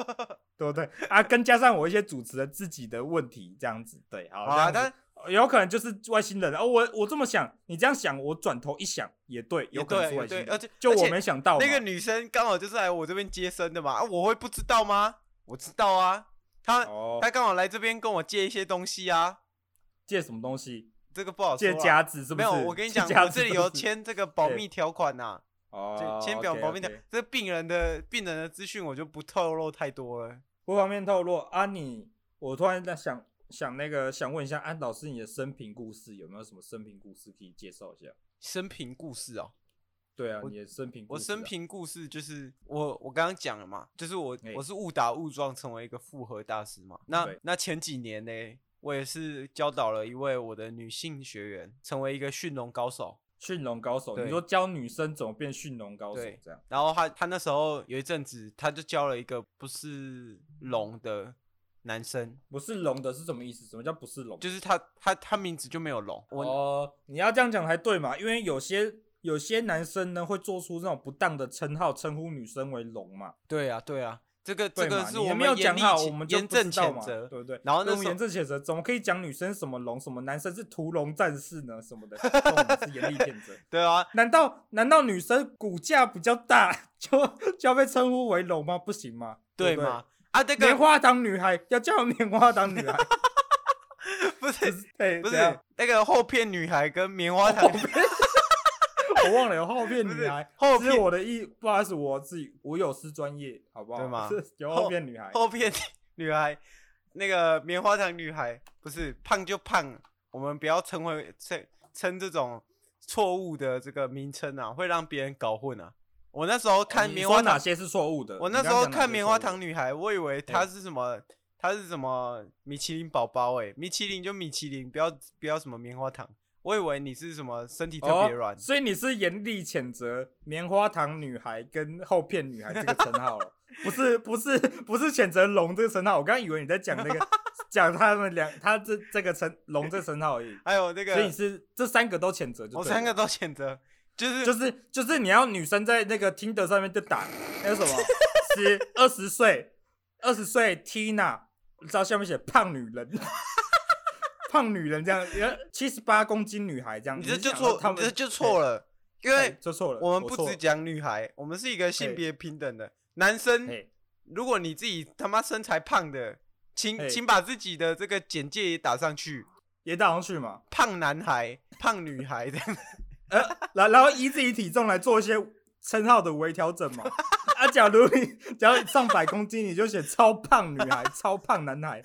Speaker 1: 对不对？啊，跟加上我一些主持人自己的问题这样子，对，好，
Speaker 2: 好啊，
Speaker 1: 这样
Speaker 2: 但
Speaker 1: 子有可能就是外星人哦。我我这么想，你这样想，我转头一想也对，有可能是
Speaker 2: 对
Speaker 1: 外
Speaker 2: 对
Speaker 1: 星，
Speaker 2: 而
Speaker 1: 人，
Speaker 2: 且
Speaker 1: 就
Speaker 2: 而
Speaker 1: 我
Speaker 2: 且
Speaker 1: 没想到嘛
Speaker 2: 那个女生刚好就是来我这边接生的嘛，啊，我会不知道吗？我知道啊，她
Speaker 1: 哦，
Speaker 2: 她刚好来这边跟我借一些东西啊，
Speaker 1: 借什么东西？
Speaker 2: 这个不好说
Speaker 1: 借
Speaker 2: 啊。
Speaker 1: 夹子是不
Speaker 2: 没
Speaker 1: 是？
Speaker 2: 有，我跟你
Speaker 1: 借
Speaker 2: 讲，
Speaker 1: 夹
Speaker 2: 我
Speaker 1: 子
Speaker 2: 这里
Speaker 1: 是不
Speaker 2: 有
Speaker 1: 是
Speaker 2: 签这个保
Speaker 1: 对
Speaker 2: 密条款呐，
Speaker 1: 哦
Speaker 2: 对，，签表保密条
Speaker 1: OK，OK，
Speaker 2: 这病人的病人的资讯我就不透露太多了。
Speaker 1: 不方便透露啊你。我突然在想想那个，想问一下安导师，你的生平故事有没有什么生平故事可以介绍一下？
Speaker 2: 生平故事哦，
Speaker 1: 对啊，
Speaker 2: 我
Speaker 1: 你的生平故
Speaker 2: 我
Speaker 1: 事啊、
Speaker 2: 生平故事就是我我刚刚讲了嘛，就是我
Speaker 1: 哎
Speaker 2: 我是误打误撞成为一个复合大师嘛。那
Speaker 1: 对
Speaker 2: 那前几年呢，我也是教导了一位我的女性学员成为一个驯龙高手。
Speaker 1: 驯龙高手，
Speaker 2: 对
Speaker 1: 你说教女生怎么变驯龙高手
Speaker 2: 对
Speaker 1: 这样？
Speaker 2: 然后她她那时候有一阵子，她就教了一个不是龙的男生，
Speaker 1: 不是龙的是什么意思？什么叫不是龙？
Speaker 2: 就是他他他名字就没有龙。我、
Speaker 1: 哦，你要这样讲才对嘛，因为有些有些男生呢会做出这种不当的称号，称呼女生为龙嘛。
Speaker 2: 对啊对啊，这个这
Speaker 1: 对
Speaker 2: 个
Speaker 1: 嘛
Speaker 2: 是
Speaker 1: 你
Speaker 2: 我
Speaker 1: 还
Speaker 2: 们
Speaker 1: 没有
Speaker 2: 严
Speaker 1: 讲
Speaker 2: 厉
Speaker 1: 好，
Speaker 2: 谴
Speaker 1: 我们就
Speaker 2: 严
Speaker 1: 不
Speaker 2: 正
Speaker 1: 知道
Speaker 2: 谴
Speaker 1: 嘛，
Speaker 2: 责。
Speaker 1: 对不对？
Speaker 2: 然后
Speaker 1: 对
Speaker 2: 那
Speaker 1: 我们
Speaker 2: 时候
Speaker 1: 严正谴责，怎么可以讲女生什么龙，什么男生是屠龙战士呢，什么的，这我们是严厉谴责。
Speaker 2: 对啊，
Speaker 1: 难道难道女生骨架比较大就就要被称呼为龙吗？不行吗？
Speaker 2: 对
Speaker 1: 不对？
Speaker 2: 嘛？啊，这
Speaker 1: 棉
Speaker 2: 个
Speaker 1: 花糖女孩要叫棉花糖女 孩，
Speaker 2: 不是
Speaker 1: 哎，
Speaker 2: 不
Speaker 1: 怎样
Speaker 2: 是那个后片女孩跟棉 花糖 女孩，
Speaker 1: 我忘了有后片女孩，
Speaker 2: 后
Speaker 1: 这是
Speaker 2: 片
Speaker 1: 我的意，不好意思，我自己我有失专业，好不好？
Speaker 2: 对嘛
Speaker 1: 是有后片女孩，
Speaker 2: 后片女孩，那个棉花糖女孩不是胖就胖，我们不要称为称称这种错误的这个名称啊，会让别人搞混啊。我那时候看
Speaker 1: 哦你
Speaker 2: 棉
Speaker 1: 说
Speaker 2: 花
Speaker 1: 哪
Speaker 2: 糖，
Speaker 1: 些是错误 的？
Speaker 2: 我
Speaker 1: 你
Speaker 2: 那时
Speaker 1: 刚刚
Speaker 2: 候
Speaker 1: 讲哪
Speaker 2: 看
Speaker 1: 些
Speaker 2: 棉
Speaker 1: 错
Speaker 2: 花
Speaker 1: 误
Speaker 2: 糖女孩，我以为她是什么，她是什么米其林宝宝哎，米其林就米其林，不要不要什么棉花糖，我以为你是什么身体特别软
Speaker 1: 哦，，所以你是严厉谴责棉花糖女孩跟后片女孩这个称 号了，不是不是不是谴责龙这个称号，我刚刚以为你在讲那 个讲他们两他这这个称龙这个称号而已，
Speaker 2: 还有那
Speaker 1: 所以
Speaker 2: 个
Speaker 1: 你是这三个都谴责就
Speaker 2: 我
Speaker 1: 对了
Speaker 2: 三个都选择，就是
Speaker 1: 就是就是你要女生在那个听的上面就打那个什 么十二十岁二十岁 Tina，知道下面写胖女人。胖女人这样，呃七十八公斤女孩这样，
Speaker 2: 你这
Speaker 1: 是
Speaker 2: 就
Speaker 1: 想说
Speaker 2: 错，
Speaker 1: 他
Speaker 2: 你
Speaker 1: 们
Speaker 2: 这就错了，因
Speaker 1: 哎
Speaker 2: 为
Speaker 1: 说错了，
Speaker 2: 我们不
Speaker 1: 错
Speaker 2: 只
Speaker 1: 了
Speaker 2: 讲女孩，我们是一个性
Speaker 1: 嘿
Speaker 2: 别平等的，男生
Speaker 1: 嘿
Speaker 2: 如果你自己他妈身材胖的，
Speaker 1: 哎
Speaker 2: 请请把自己的这个简介也打上去，
Speaker 1: 也打上去嘛，
Speaker 2: 胖男孩、胖女孩这样。
Speaker 1: 然然后依自己体重来做一些称号的微调整嘛。啊，假如你假如你上百公斤，你就写超胖女孩、超胖男孩，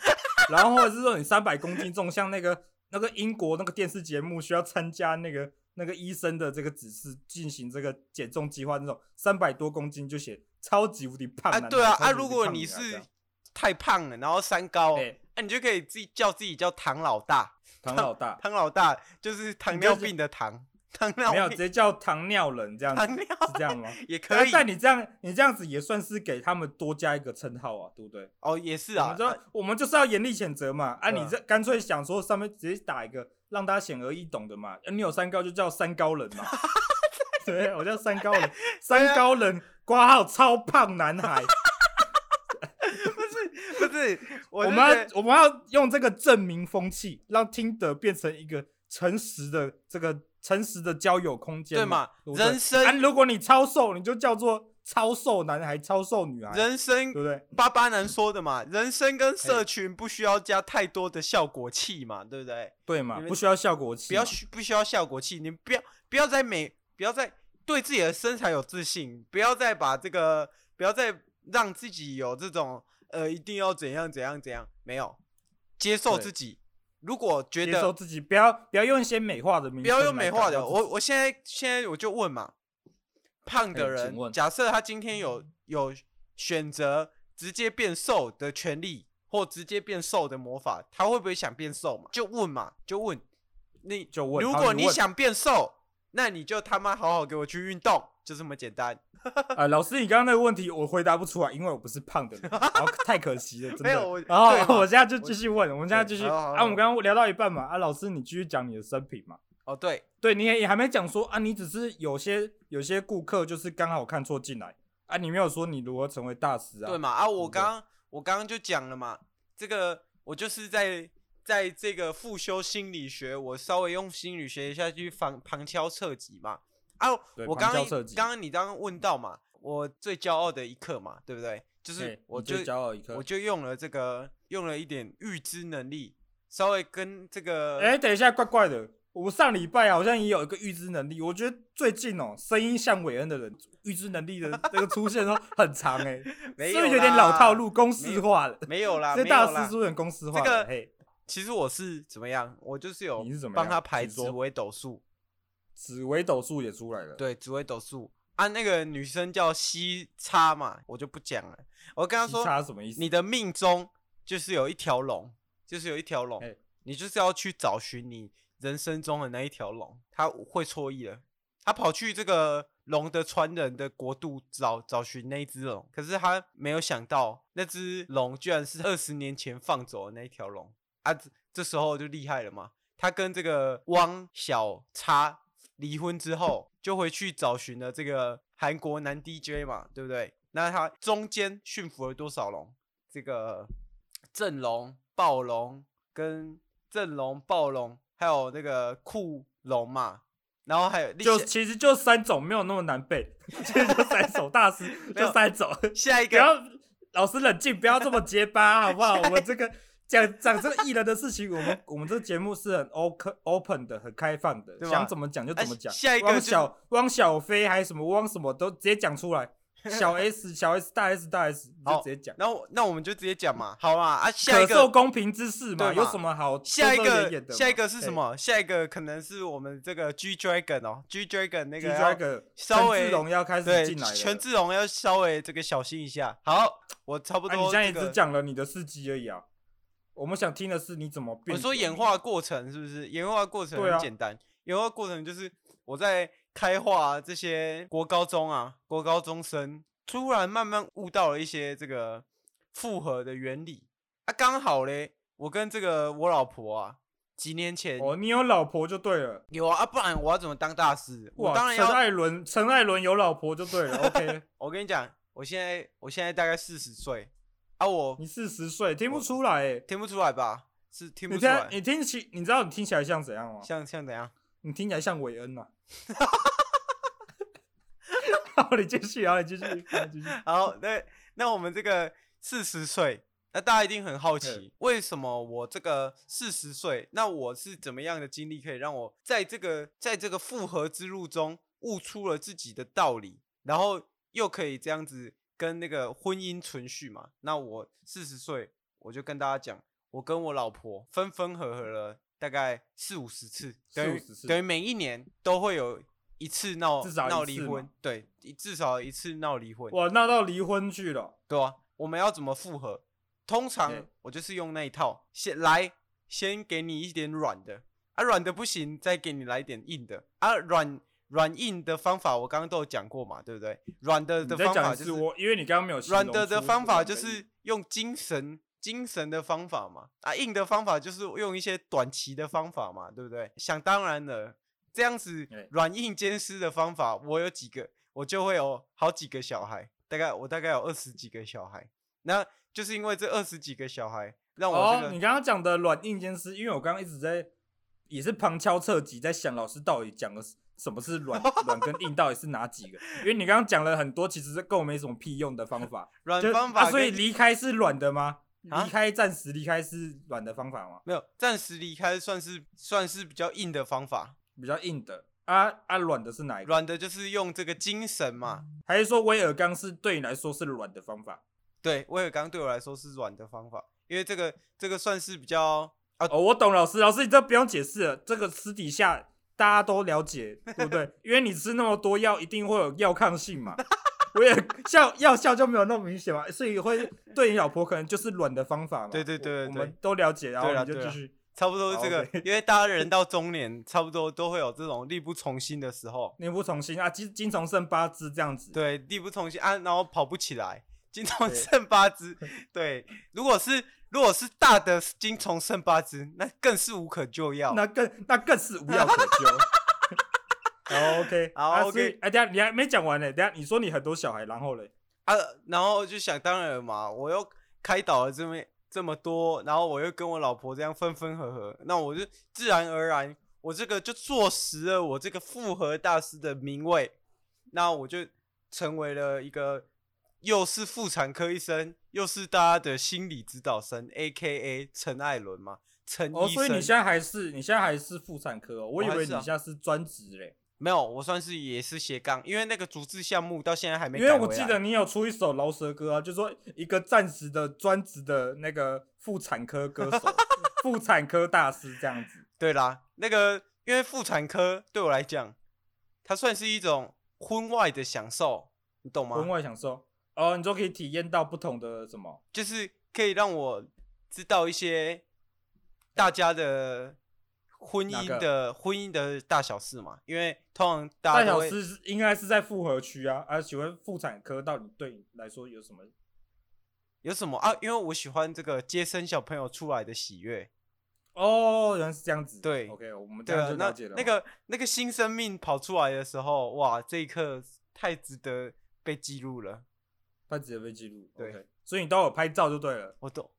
Speaker 1: 然后或者是说你三百公斤重，像那个那个英国那个电视节目需要参加那个那个医生的这个指示进行这个减重计划那种，三百多公斤就写超级无敌胖
Speaker 2: 啊，
Speaker 1: 男孩。
Speaker 2: 对啊，
Speaker 1: 超级
Speaker 2: 啊，
Speaker 1: 无敌
Speaker 2: 如果
Speaker 1: 胖
Speaker 2: 你
Speaker 1: 女孩这
Speaker 2: 是
Speaker 1: 样
Speaker 2: 太胖了，然后三高，
Speaker 1: 哎
Speaker 2: 啊，你就可以自己叫自己叫唐老大，
Speaker 1: 唐老大，
Speaker 2: 唐老大就是糖
Speaker 1: 你就
Speaker 2: 尿
Speaker 1: 是
Speaker 2: 病的糖，糖
Speaker 1: 没有
Speaker 2: 尿
Speaker 1: 直
Speaker 2: 病，
Speaker 1: 接叫糖尿人这样子，
Speaker 2: 糖 尿
Speaker 1: 是这样吗？
Speaker 2: 也可以
Speaker 1: 但你这样，你这样子也算是给他们多加一个称号啊，对不对？
Speaker 2: 哦，也是
Speaker 1: 我
Speaker 2: 啊
Speaker 1: 们，就我们就是要严厉谴责嘛。啊，
Speaker 2: 对啊
Speaker 1: 你这干脆想说上面直接打一个，让大家显而易懂的嘛。啊你有三高就叫三高人 嘛。对，我叫三高
Speaker 2: 啊
Speaker 1: 人，三高人挂号超胖男孩。
Speaker 2: 不是， 我
Speaker 1: 我
Speaker 2: 是
Speaker 1: 们
Speaker 2: 觉
Speaker 1: 要
Speaker 2: 得
Speaker 1: 我们要用这个证明风气，让听得变成一个诚实的这个诚实的交友空间。
Speaker 2: 对嘛
Speaker 1: 嘛？对不对
Speaker 2: 人生
Speaker 1: 啊，如果你超瘦，你就叫做超瘦男孩、超瘦女孩，
Speaker 2: 人生
Speaker 1: 对不对？
Speaker 2: 巴巴男说的嘛，人生跟社群不需要加太多的效果器嘛，对不对？
Speaker 1: 对嘛？
Speaker 2: 你们
Speaker 1: 不需要效果
Speaker 2: 不
Speaker 1: 器嘛，
Speaker 2: 要需不需要效果器，你们不要不要再美，不要再对自己的身材有自信，不要再把这个，不要再让自己有这种呃一定要怎样怎样怎样，没有接受
Speaker 1: 对
Speaker 2: 自己。如果觉
Speaker 1: 接受
Speaker 2: 得
Speaker 1: 自己，不要不要用一些美化的名，
Speaker 2: 不要用美化的，我我现在现在我就问嘛，胖的
Speaker 1: 哎请
Speaker 2: 人，
Speaker 1: 问嗯
Speaker 2: 假设他今天有有选择直接变瘦的权利，或直接变瘦的魔法，他会不会想变瘦嘛？就问嘛，就问你，
Speaker 1: 就问
Speaker 2: 如
Speaker 1: 好
Speaker 2: 果
Speaker 1: 你
Speaker 2: 你
Speaker 1: 问
Speaker 2: 想变瘦，那你就他妈好好给我去运动，就这么简单。
Speaker 1: 啊、老师，你刚刚那个问题我回答不出来，因为我不是胖的人， 然后太可惜了，真的。
Speaker 2: 没有我
Speaker 1: 然后
Speaker 2: 对嘛
Speaker 1: 我现在就继续问，我们现在继续
Speaker 2: 对好好好
Speaker 1: 啊，我们刚刚聊到一半嘛，啊，老师你继续讲你的生平嘛。
Speaker 2: 哦，对，
Speaker 1: 对，你也也还没讲说啊，你只是有些有些顾客就是刚好看错进来啊，你没有说你如何成为大师啊。
Speaker 2: 对嘛？啊，我
Speaker 1: 对
Speaker 2: 刚刚我刚刚就讲了嘛，这个我就是在在这个复修心理学，我稍微用心理学一下去旁旁敲侧击嘛。啊，
Speaker 1: 对
Speaker 2: 我
Speaker 1: 旁
Speaker 2: 刚
Speaker 1: 敲
Speaker 2: 刚
Speaker 1: 侧击
Speaker 2: 刚刚你刚刚问到嘛，我最骄傲的一刻嘛，对不对？就
Speaker 1: 对，
Speaker 2: 是我
Speaker 1: 你最
Speaker 2: 就
Speaker 1: 骄傲一刻
Speaker 2: 我。就用了这个用了一点预知能力，稍微跟这个
Speaker 1: 哎、等一下，怪怪的，我上礼拜好像也有一个预知能力，我觉得最近哦，声音像韦恩的人，预知能力的那个出现都很长哎、
Speaker 2: 没
Speaker 1: 是不是
Speaker 2: 有
Speaker 1: 有点老
Speaker 2: 啦
Speaker 1: 套路，公式化了？
Speaker 2: 没有啦，
Speaker 1: 这
Speaker 2: 没
Speaker 1: 大
Speaker 2: 有啦
Speaker 1: 师是不是很公式化
Speaker 2: 这
Speaker 1: 了？
Speaker 2: 个
Speaker 1: 嘿，
Speaker 2: 其实我是怎么样？我就是有
Speaker 1: 你是怎么
Speaker 2: 帮
Speaker 1: 样
Speaker 2: 他排
Speaker 1: 请
Speaker 2: 紫
Speaker 1: 说
Speaker 2: 微斗数，
Speaker 1: 紫微斗数也出来了。，
Speaker 2: 对，紫微斗数啊，那个女生叫西叉嘛，我就不讲了。我跟她说，
Speaker 1: 差什么意思？
Speaker 2: 你的命中就是有一条龙，就是有一条龙，
Speaker 1: 哎
Speaker 2: 你就是要去找寻你人生中的那一条龙。她会错意了，她跑去这个龙的传人的国度找找寻那一只龙，可是她没有想到，那只龙居然是二十年前放走的那一条龙啊！这这时候就厉害了嘛，她跟这个汪小叉离婚之后，就回去找寻了这个韩国男 DJ 嘛，对不对？那他中间驯服了多少龙？这个阵龙、暴龙跟阵龙、暴龙，还有那个酷龙嘛，然后还有
Speaker 1: 就
Speaker 2: 下
Speaker 1: 其实就三种，没有那么难背， 其实就三种大师，
Speaker 2: 没有
Speaker 1: 就三种。
Speaker 2: 下一
Speaker 1: 不
Speaker 2: 个
Speaker 1: 要，老师冷静，不要这么结巴，好不好？我们这个讲讲这个艺人的事情，我们我们这个节目是很 open open 的，很开放的，
Speaker 2: 对吧
Speaker 1: 想怎么讲就怎么讲。
Speaker 2: 啊下一个
Speaker 1: 汪
Speaker 2: 就是
Speaker 1: 小汪小菲还有什么汪什么都直接讲 出来，小 S 小 S 大 S 大 S 你就
Speaker 2: 好
Speaker 1: 直接讲。
Speaker 2: 然后那我们就直接讲嘛，好嘛啊，下
Speaker 1: 可
Speaker 2: 一
Speaker 1: 受
Speaker 2: 个
Speaker 1: 公平之事嘛，
Speaker 2: 对嘛
Speaker 1: 有什么好
Speaker 2: 下一
Speaker 1: 遮遮掩掩
Speaker 2: 个
Speaker 1: 的嘛？哎
Speaker 2: 下一个是什
Speaker 1: 对
Speaker 2: 么？下一个可能是我们这个 G Dragon 哦，G Dragon 那
Speaker 1: ？G
Speaker 2: 个要
Speaker 1: Dragon
Speaker 2: 稍微
Speaker 1: 陈志龙要开始
Speaker 2: 对
Speaker 1: 进来了。
Speaker 2: 权志龙要稍微这个小心一下。好，我差不
Speaker 1: 啊，
Speaker 2: 多、
Speaker 1: 你现在也
Speaker 2: 这
Speaker 1: 只
Speaker 2: 个。
Speaker 1: 讲了你的事迹而已啊。我们想听的是你怎么变。
Speaker 2: 我说演化过程是不是？演化过程
Speaker 1: 对啊
Speaker 2: 很简单，演化过程就是我在开化这些国高中啊、国高中生，突然慢慢悟到了一些这个复合的原理啊。刚好嘞，我跟这个我老婆啊，几年前
Speaker 1: 哦，你有老婆就对了。
Speaker 2: 有啊，啊不然我要怎么当大师？我
Speaker 1: 哇，
Speaker 2: 当然
Speaker 1: 陈
Speaker 2: 要。
Speaker 1: 艾伦，陈艾伦有老婆就对了。OK，
Speaker 2: 我跟你讲，我现在我现在大概四十岁啊，我
Speaker 1: 你四十岁，听不出来、欸。
Speaker 2: 听不出来吧？是听
Speaker 1: 你
Speaker 2: 不出
Speaker 1: 听
Speaker 2: 来，，
Speaker 1: 你听起，你知道你听起来像怎样吗？
Speaker 2: 像像怎样？
Speaker 1: 你听起来像韦恩 呐、啊。好，你继续，然后你继续，好你继续。
Speaker 2: 好，那那我们这个四十岁，那大家一定很好
Speaker 1: 嗯
Speaker 2: 奇，为什么我这个四十岁，那我是怎么样的经历，可以让我在这个在这个复合之路中悟出了自己的道理，然后又可以这样子跟那个婚姻存续嘛？那我四十岁，我就跟大家讲，我跟我老婆分分合合了大概四五十次，等于
Speaker 1: 四五十次
Speaker 2: 等于每一年都会有一次闹
Speaker 1: 至少一
Speaker 2: 闹离
Speaker 1: 次
Speaker 2: 婚
Speaker 1: 嘛，
Speaker 2: 对，一至少一次闹离婚。
Speaker 1: 我闹到离婚去了，
Speaker 2: 对啊，我们要怎么复合？通常
Speaker 1: 对
Speaker 2: 我就是用那一套，先来先给你一点软的，啊软的不行，再给你来一点硬的，啊软软硬的方法我刚刚都有讲过嘛，对不对？软的
Speaker 1: 你
Speaker 2: 的
Speaker 1: 再
Speaker 2: 方
Speaker 1: 讲
Speaker 2: 法
Speaker 1: 一次
Speaker 2: 就是
Speaker 1: 我，因为你刚刚没有形
Speaker 2: 软
Speaker 1: 容
Speaker 2: 的的
Speaker 1: 出
Speaker 2: 方法
Speaker 1: 我
Speaker 2: 就
Speaker 1: 的意
Speaker 2: 是用精神精神的方法嘛，啊硬的方法就是用一些短期的方法嘛，对不对？想当然了，这样子
Speaker 1: 对
Speaker 2: 软硬兼施的方法，我有几个，我就会有好几个小孩，大概我大概有二十几个小孩，那就是因为这二十几个小孩让我这
Speaker 1: 哦，
Speaker 2: 个、
Speaker 1: 你刚刚讲的软硬兼施，因为我刚刚一直在也是旁敲侧击在想老师到底讲的是什么是 软软跟硬，到底是哪几个？因为你刚刚讲了很多，其实跟我没什么屁用的方法。
Speaker 2: 软
Speaker 1: 就
Speaker 2: 方
Speaker 1: 啊
Speaker 2: 法跟、
Speaker 1: 所以离开是软的吗？离、
Speaker 2: 啊
Speaker 1: 开暂时离开是软的方法吗？
Speaker 2: 没有暂时离开算是算是比较硬的方法，
Speaker 1: 比较硬的啊啊，软的是哪一个？
Speaker 2: 软的就是用这个精神嘛，
Speaker 1: 还是说威尔刚是对你来说是软的方法？
Speaker 2: 对，威尔刚对我来说是软的方法，因为这个这个算是比较啊，
Speaker 1: 哦，我懂老师，老师你这不用解释了，这个私底下大家都了解，对不对？因为你吃那么多药，一定会有药抗性嘛。我也效药效就没有那么明显嘛，所以会对你老婆可能就是软的方法嘛。
Speaker 2: 对对对
Speaker 1: 我
Speaker 2: 对
Speaker 1: 我们都了解，然后
Speaker 2: 对啦
Speaker 1: 你就
Speaker 2: 对
Speaker 1: 继
Speaker 2: 啦
Speaker 1: 续。
Speaker 2: 差不多是这
Speaker 1: 好
Speaker 2: 个
Speaker 1: ，OK，
Speaker 2: 因为大家人到中年，差不多都会有这种力不从心的时候，
Speaker 1: 力不从心啊，金金虫剩八只这样子。
Speaker 2: 对，力不从心啊，然后跑不起来，精虫剩八只，对，如果是如果是大的精虫剩八只，那更是无可救药。
Speaker 1: 那更那更是无药可救。 好，OK，
Speaker 2: 好
Speaker 1: 啊
Speaker 2: OK
Speaker 1: 所以哎，等一下你还没讲完呢，等一下你说你很多小孩，然后嘞，
Speaker 2: 啊，然后就想当然了嘛，我又开导了这么这么多，然后我又跟我老婆这样分分合合，那我就自然而然，我这个就坐实了我这个复合大师的名位，那我就成为了一个又是妇产科医生，又是大家的心理指导生，A K A 陈艾伦嘛，陈
Speaker 1: 哦，
Speaker 2: 医
Speaker 1: 所以
Speaker 2: 生。
Speaker 1: 你现在还是你现在还是妇产科哦，我以
Speaker 2: 我还
Speaker 1: 为你
Speaker 2: 是啊
Speaker 1: 现在是专职嘞，
Speaker 2: 没有，我算是也是斜杠，因为那个主治项目到现在还没
Speaker 1: 因
Speaker 2: 改
Speaker 1: 为我
Speaker 2: 回
Speaker 1: 记
Speaker 2: 来
Speaker 1: 得你有出一首饶舌歌啊，就说一个暂时的专职的那个妇产科歌 手，妇产科大师这样子。
Speaker 2: 对啦，那个因为妇产科对我来讲，它算是一种婚外的享受，你懂
Speaker 1: 婚
Speaker 2: 吗？
Speaker 1: 外享受哦，你就可以体验到不同的什么
Speaker 2: 就是可以让我知道一些大家的婚
Speaker 1: 哪
Speaker 2: 姻
Speaker 1: 个
Speaker 2: 的婚姻的大小事嘛，因为通常大
Speaker 1: 大
Speaker 2: 家都
Speaker 1: 小
Speaker 2: 会
Speaker 1: 事是应该是在复合区啊啊，请问妇产科到底对你来说有什么
Speaker 2: 有什么啊？因为我喜欢这个接生小朋友出来的喜悦，
Speaker 1: 哦，原来是这样子。
Speaker 2: 对
Speaker 1: ，OK，我们这
Speaker 2: 对
Speaker 1: 样
Speaker 2: 啊
Speaker 1: 就，了
Speaker 2: 那
Speaker 1: 解了。
Speaker 2: 那个那个新生命跑出来的时候，哇，这一刻太值得被记录了，
Speaker 1: 他直接被记录，
Speaker 2: 对
Speaker 1: OK，所以你都有拍照就对了。
Speaker 2: 我懂。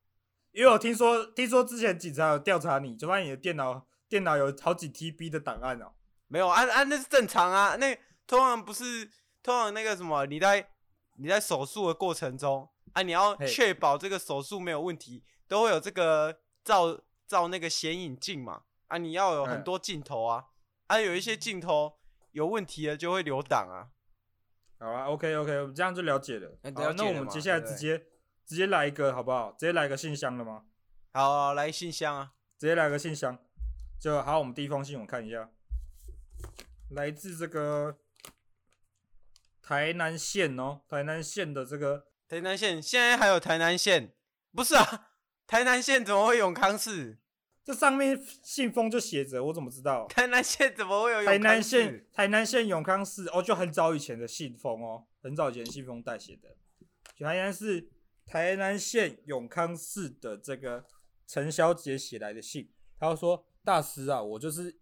Speaker 1: 因为我听说，听说之前警察有调查你，就发现你的电脑电脑有好几 TB 的档案哦。
Speaker 2: 没有啊啊，那是正常啊。那通常不是，通常那个什么，你在你在手术的过程中啊，你要
Speaker 1: 嘿
Speaker 2: 确保这个手术没有问题，都会有这个照照那个显影镜嘛。啊，你要有很
Speaker 1: 嗯
Speaker 2: 多镜头啊，啊，有一些镜头有问题了就会留档啊。
Speaker 1: 好啊，OK OK，我们这样就了解了。
Speaker 2: 哎
Speaker 1: 好
Speaker 2: 了
Speaker 1: 啊，
Speaker 2: 解
Speaker 1: 那我
Speaker 2: 了
Speaker 1: 们
Speaker 2: 嘛
Speaker 1: 接下来
Speaker 2: 对不
Speaker 1: 直
Speaker 2: 对
Speaker 1: 接直接来一个好不好？直接来一个信箱了吗？
Speaker 2: 好好来信箱啊，
Speaker 1: 直接来个信箱，就好。我们第一封信我看一下，来自这个台南县哦，台南县的这个
Speaker 2: 台南县现在还有台南县，不是啊？ 台南县怎么会永康市？
Speaker 1: 这上面信封就写着，我怎么知道？
Speaker 2: 台南县怎么会有永康
Speaker 1: 台南
Speaker 2: 市？
Speaker 1: 县台南县永康市哦，就很早以前的信封哦，很早以前信封带写的。台南是台南县永康市的这个陈小姐写来的信，她说：“大师啊，我就是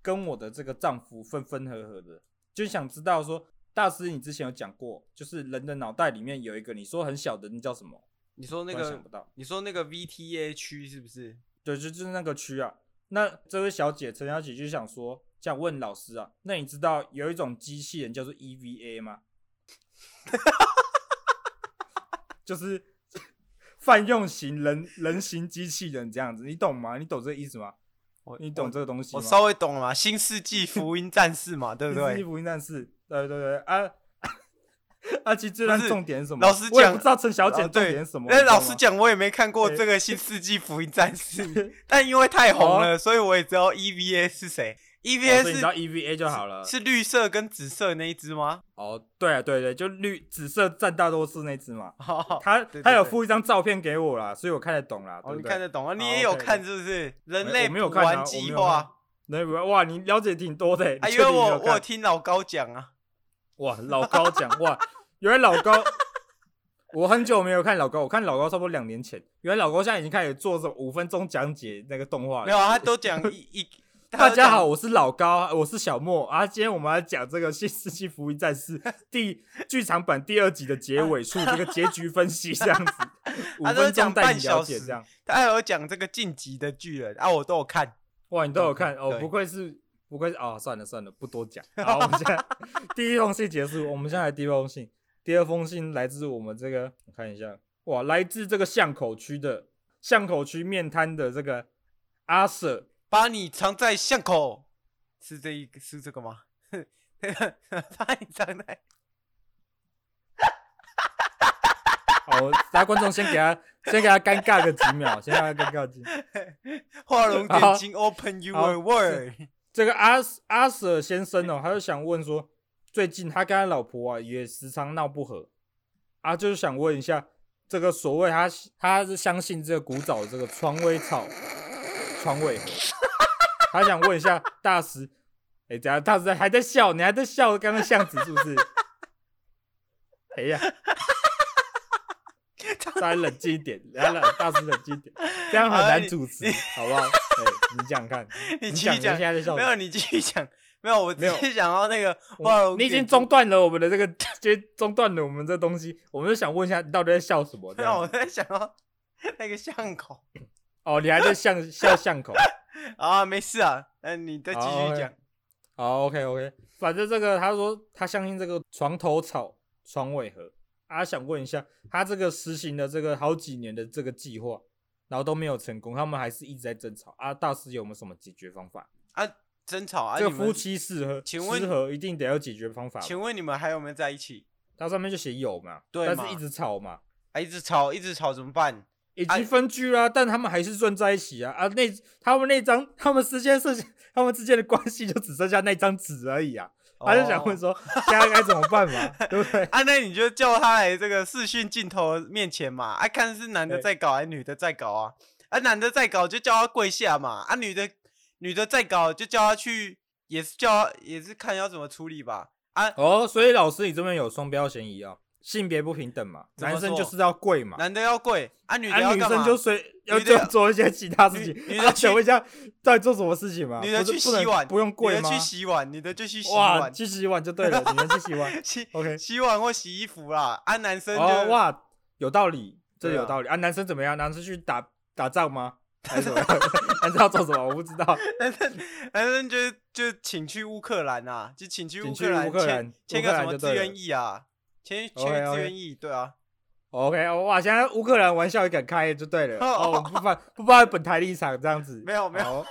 Speaker 1: 跟我的这个丈夫分分合合的，就想知道说，大师你之前有讲过，就是人的脑袋里面有一个你说很小的那叫什么？
Speaker 2: 你说那
Speaker 1: 突然想
Speaker 2: 个
Speaker 1: 不到，
Speaker 2: 你说那个 VTA 区是不是？
Speaker 1: 对，就就是那个区啊。那这位小姐陈小姐就想说，想问老师啊，那 E 你知道有一种机器人叫做 EVA 吗？ 就是 泛用型人人形机器人这样子，你懂吗？你懂这个意思吗？
Speaker 2: 我
Speaker 1: 你懂
Speaker 2: 我
Speaker 1: 这个东西吗？
Speaker 2: 我稍微懂了嘛，《新世纪福音战士》 嘛，对不
Speaker 1: 一
Speaker 2: 对？
Speaker 1: 福音战士，对对对啊。 啊，其实这
Speaker 2: 不
Speaker 1: 段
Speaker 2: 是
Speaker 1: 重点是什么？
Speaker 2: 老实
Speaker 1: 我也
Speaker 2: 讲
Speaker 1: 不知道陈小姐
Speaker 2: 啊
Speaker 1: 重
Speaker 2: 对
Speaker 1: 点是什么。
Speaker 2: 那
Speaker 1: 你知道
Speaker 2: 老
Speaker 1: 吗
Speaker 2: 实讲，我也没看过
Speaker 1: 对
Speaker 2: 这个《新世纪福音战士》， 但因为太红了，所以我也知道 EVA 是谁。
Speaker 1: 哦
Speaker 2: EVA
Speaker 1: 所以你
Speaker 2: 是
Speaker 1: 知道 EVA 就好了。
Speaker 2: 是绿色跟紫色那一只吗？
Speaker 1: 哦，对啊对对，就绿紫色占大多数那只嘛。
Speaker 2: 哦，
Speaker 1: 他
Speaker 2: 对对
Speaker 1: 他有
Speaker 2: 对
Speaker 1: 附一张照片给我啦，所以我看得懂啦。
Speaker 2: 哦
Speaker 1: 对
Speaker 2: 你
Speaker 1: 不对
Speaker 2: 看得懂啊？你
Speaker 1: 好
Speaker 2: 也有
Speaker 1: ，OK，OK
Speaker 2: 看是不是？人
Speaker 1: 没
Speaker 2: 类
Speaker 1: 我没有
Speaker 2: 补
Speaker 1: 看啊
Speaker 2: 完
Speaker 1: 我
Speaker 2: 计
Speaker 1: 没有看
Speaker 2: 划
Speaker 1: 那哇，你了解挺多的欸。
Speaker 2: 啊，
Speaker 1: 你
Speaker 2: 因
Speaker 1: 确
Speaker 2: 为
Speaker 1: 定你
Speaker 2: 我
Speaker 1: 有
Speaker 2: 我有
Speaker 1: 看
Speaker 2: 听老高讲啊，
Speaker 1: 哇，老高讲哇，原来老高，我很久没有看老高，我看老高差不多两年前，原来老高现在已经开始做什么五分钟讲解那个动画了。
Speaker 2: 没有啊，他都讲一 一。他
Speaker 1: 大
Speaker 2: 都
Speaker 1: 家
Speaker 2: 讲
Speaker 1: 好，，我是老高，我是小莫啊。今天我们要讲这个《新世纪福音战 士》第剧场版第二集的结尾处，这个结局分析这 样子，五
Speaker 2: 都
Speaker 1: 分
Speaker 2: 讲
Speaker 1: 钟带
Speaker 2: 半
Speaker 1: 你
Speaker 2: 小
Speaker 1: 了解
Speaker 2: 时
Speaker 1: 这样。
Speaker 2: 他还有讲这个晋级的巨人啊，我都有看。
Speaker 1: 哇，你都有看哦，
Speaker 2: 对
Speaker 1: 不愧是不愧是啊、算了算了，不多讲。好，我们现在第一封信结束，我们现在来第一封信。第二封信来自我们这个，我看一下，哇，来自这个巷口区的巷口区面摊的这个阿 Sir，
Speaker 2: 把你藏在巷口，是这一个是这个吗？ 把你藏在
Speaker 1: 好，我大家观众先给他先给他尴尬个几秒，先让他尴尬几秒。
Speaker 2: 画龙
Speaker 1: 好
Speaker 2: 点睛，Open your
Speaker 1: 好
Speaker 2: world。
Speaker 1: 这个阿阿 Sir 先生哦，他就想问说，最近他跟他老婆啊也时常闹不和，啊，就是想问一下，这个所谓他他是相信这个古早的这个床尾草，床尾和，他想问一下大师，哎、等下大师还在笑，你还在笑刚刚巷子是不是？ 哎 呀，大家冷静一点，来来，大师冷静一点，这样很
Speaker 2: 好
Speaker 1: 难
Speaker 2: 你
Speaker 1: 主持，好 不好？哎、你讲看，
Speaker 2: 你继
Speaker 1: 讲，
Speaker 2: 续
Speaker 1: 你现
Speaker 2: 讲，
Speaker 1: 在在笑
Speaker 2: 没
Speaker 1: 什么
Speaker 2: 有你继续讲，没有我只
Speaker 1: 没有
Speaker 2: 是想要那个
Speaker 1: 我
Speaker 2: 画龙。
Speaker 1: 你已经中，断了我们的这个， 接中断了我们这东西，我们就想问一下，你到底在笑什么？这
Speaker 2: 没有我
Speaker 1: 样子
Speaker 2: 在想要那个巷口
Speaker 1: 哦，你还在巷 笑巷口？
Speaker 2: 啊，没事啊，那你再继
Speaker 1: 好
Speaker 2: 续
Speaker 1: ，OK
Speaker 2: 讲。
Speaker 1: 好，OK OK，反正这个他说他相信这个床头草床尾和，啊，想问一下，他这个实行了这个好几年的这个计划，然后都没有成功，他们还是一直在争吵啊，大师有没有什么解决方法？
Speaker 2: 争吵啊，
Speaker 1: 这个
Speaker 2: 你们
Speaker 1: 夫，妻啊适合，
Speaker 2: 请问
Speaker 1: 适合一定得有解决方法吧，
Speaker 2: 请问你们还有没有在一起？
Speaker 1: 它上面就写有嘛，
Speaker 2: 对
Speaker 1: 但
Speaker 2: 嘛
Speaker 1: 是一直吵嘛，
Speaker 2: 啊，一直吵，一直吵怎么办？
Speaker 1: 已
Speaker 2: 哎
Speaker 1: 经分居啦、但他们还是算在一起啊啊！那他们那张，他们之间剩下，他们之间的关系就只剩下那张纸而已啊。他就想问
Speaker 2: 哦
Speaker 1: 说，现在该怎么办嘛，对不对？
Speaker 2: 啊，那你就叫他来这个视讯镜头面前嘛，啊，看是男的
Speaker 1: 对
Speaker 2: 在搞还是女的在搞啊？啊，男的在搞就叫他跪下嘛，啊，女的女的在搞就叫他去，也是叫他也是看要怎么处理吧。啊，
Speaker 1: 哦，所以老师，你这边有双标嫌疑啊，性别不平等嘛，
Speaker 2: 怎么
Speaker 1: 男生
Speaker 2: 说
Speaker 1: 就是要跪嘛，
Speaker 2: 男的要跪，啊，女的
Speaker 1: 啊，
Speaker 2: 要
Speaker 1: 女
Speaker 2: 干嘛？
Speaker 1: 生就随要
Speaker 2: 女的
Speaker 1: 做
Speaker 2: 要
Speaker 1: 做一些其他事
Speaker 2: 女
Speaker 1: 情。
Speaker 2: 女
Speaker 1: 啊
Speaker 2: 的
Speaker 1: 请
Speaker 2: 去
Speaker 1: 问一下，在做什么事情嘛？
Speaker 2: 女
Speaker 1: 不
Speaker 2: 的
Speaker 1: 是
Speaker 2: 去
Speaker 1: 不能
Speaker 2: 洗碗，
Speaker 1: 不用跪
Speaker 2: 女的
Speaker 1: 吗
Speaker 2: 去？洗碗，女的就去洗
Speaker 1: 哇，
Speaker 2: 碗，
Speaker 1: 去洗碗就对了，你们去洗碗
Speaker 2: 洗
Speaker 1: ，OK？
Speaker 2: 洗碗或洗衣服啦。啊，男生就、
Speaker 1: 哦，哇，有道理，这
Speaker 2: 对啊
Speaker 1: 有道理啊。男生怎么样？男生去打打仗 吗？还是怎么 样？男生要做什么？我不知道。
Speaker 2: 男生男生就就请去乌克兰啊，就请去
Speaker 1: 请
Speaker 2: 乌
Speaker 1: 去
Speaker 2: 克兰
Speaker 1: 乌克兰乌
Speaker 2: 签签个
Speaker 1: 克
Speaker 2: 什
Speaker 1: 兰
Speaker 2: 么
Speaker 1: 就
Speaker 2: 志
Speaker 1: 对
Speaker 2: 愿
Speaker 1: 了
Speaker 2: 役啊，签签个
Speaker 1: OK，OK
Speaker 2: 志愿役，对啊，
Speaker 1: OK，哇，哦现在乌克兰玩笑也敢开就 对了。
Speaker 2: 哦
Speaker 1: 哦，我不发不发表本台立场这样子。
Speaker 2: 没有没有
Speaker 1: 有。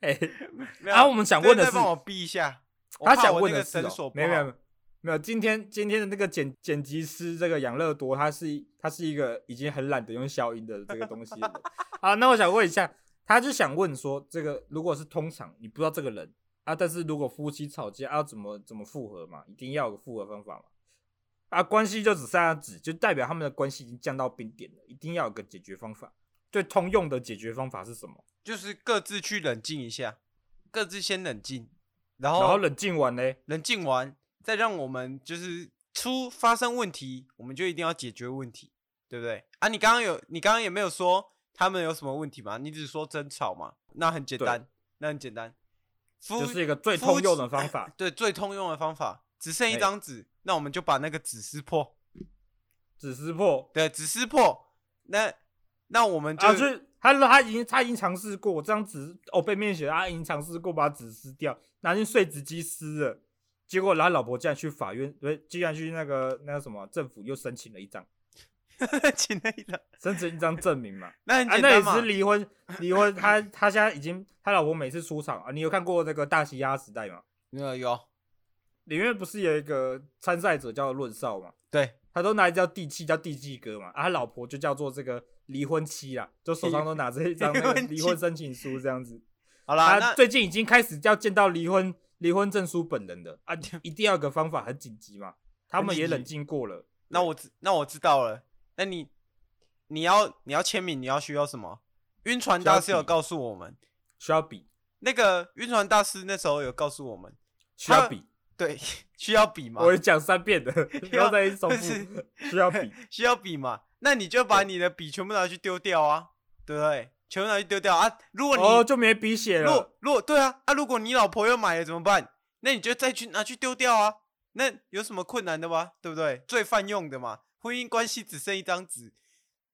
Speaker 1: 哎，
Speaker 2: 没有
Speaker 1: 然后我们想问的
Speaker 2: 再
Speaker 1: 是，
Speaker 2: 帮我逼一下，我
Speaker 1: 他
Speaker 2: 怕
Speaker 1: 想
Speaker 2: 我
Speaker 1: 问
Speaker 2: 那
Speaker 1: 的
Speaker 2: 个
Speaker 1: 是
Speaker 2: 绳
Speaker 1: 哦
Speaker 2: 索，不
Speaker 1: 没有没
Speaker 2: 好
Speaker 1: 有没有，今天今天的那个剪剪辑师这个养乐多，他是他是一个已经很懒得用消音的这个东西的 人好，那我想问一下，他就想问说，这个如果是通常你不知道这个人啊，但是如果夫妻吵架啊，怎么怎么复合嘛？一定要有个复合方法嘛？啊，关系就只剩下纸，就代表他们的关系已经降到冰点了，一定要有个解决方法。最通用的解决方法是什么？
Speaker 2: 就是各自去冷静一下，各自先冷静，然后
Speaker 1: 然后冷静完嘞，
Speaker 2: 冷静完，再让我们就是出发生问题，我们就一定要解决问题，对不对？啊，你刚刚有，你刚刚也没有说他们有什么问题嘛？你只说争吵嘛，那很简
Speaker 1: 对
Speaker 2: 单，那很简单，夫
Speaker 1: 就是一个最
Speaker 2: 夫
Speaker 1: 通用
Speaker 2: 妻，
Speaker 1: 的方法
Speaker 2: 对最通用的方法，只剩一
Speaker 1: 哎
Speaker 2: 张纸，那我们就把那个纸撕破，
Speaker 1: 只撕破。
Speaker 2: 对，纸撕破，那那我们就、
Speaker 1: 啊，就是他他已经他已经尝试过，这张纸哦背面写的他已经尝试过把纸撕掉，拿进碎纸机撕了，结果他老婆竟然去法院，不是，竟然去那个那个什么政府又申请了一张，
Speaker 2: 请那一张，
Speaker 1: 申请一张证明嘛。
Speaker 2: 那 很
Speaker 1: 啊，
Speaker 2: 简
Speaker 1: 那也
Speaker 2: 单
Speaker 1: 是
Speaker 2: 嘛。
Speaker 1: 离婚，离婚，她她现在已经，她老婆每次出场啊，你有看过那个《大西亚时代》吗？
Speaker 2: 呃，有
Speaker 1: 里面不是有一个参赛者叫论少嘛，
Speaker 2: 对，
Speaker 1: 他都拿一叫地契叫地契哥嘛，啊，他老婆就叫做这个离婚妻啦，就手上都拿着一张那个
Speaker 2: 离婚妻
Speaker 1: 离婚申请书这样子。
Speaker 2: 好啦，
Speaker 1: 他
Speaker 2: 那
Speaker 1: 最近已经开始要见到离婚离婚证书本人的啊， 一定要有个方法很紧急嘛，他们也冷静过了，
Speaker 2: 那我知那我知道了。那你你要你要签名，你要需要什么？晕船大师有告诉我们，
Speaker 1: 需要笔，
Speaker 2: 那个晕船大师那时候有告诉我们，
Speaker 1: 需要笔，
Speaker 2: 对， 需要笔吗？
Speaker 1: 我也讲三 遍的，不要再重复
Speaker 2: 是，
Speaker 1: 需 要笔。
Speaker 2: 需要笔嘛？那你就把你的笔全部拿去丢掉啊，对不对？全部拿去丢掉啊！如果你、
Speaker 1: 哦，就没笔写
Speaker 2: 如
Speaker 1: 了
Speaker 2: 果，如果对啊啊，如果你老婆又买了怎么办？那你就再去拿去丢掉啊，那有什么困难的吗？对不对？最泛用的嘛，婚姻关系只剩一张纸，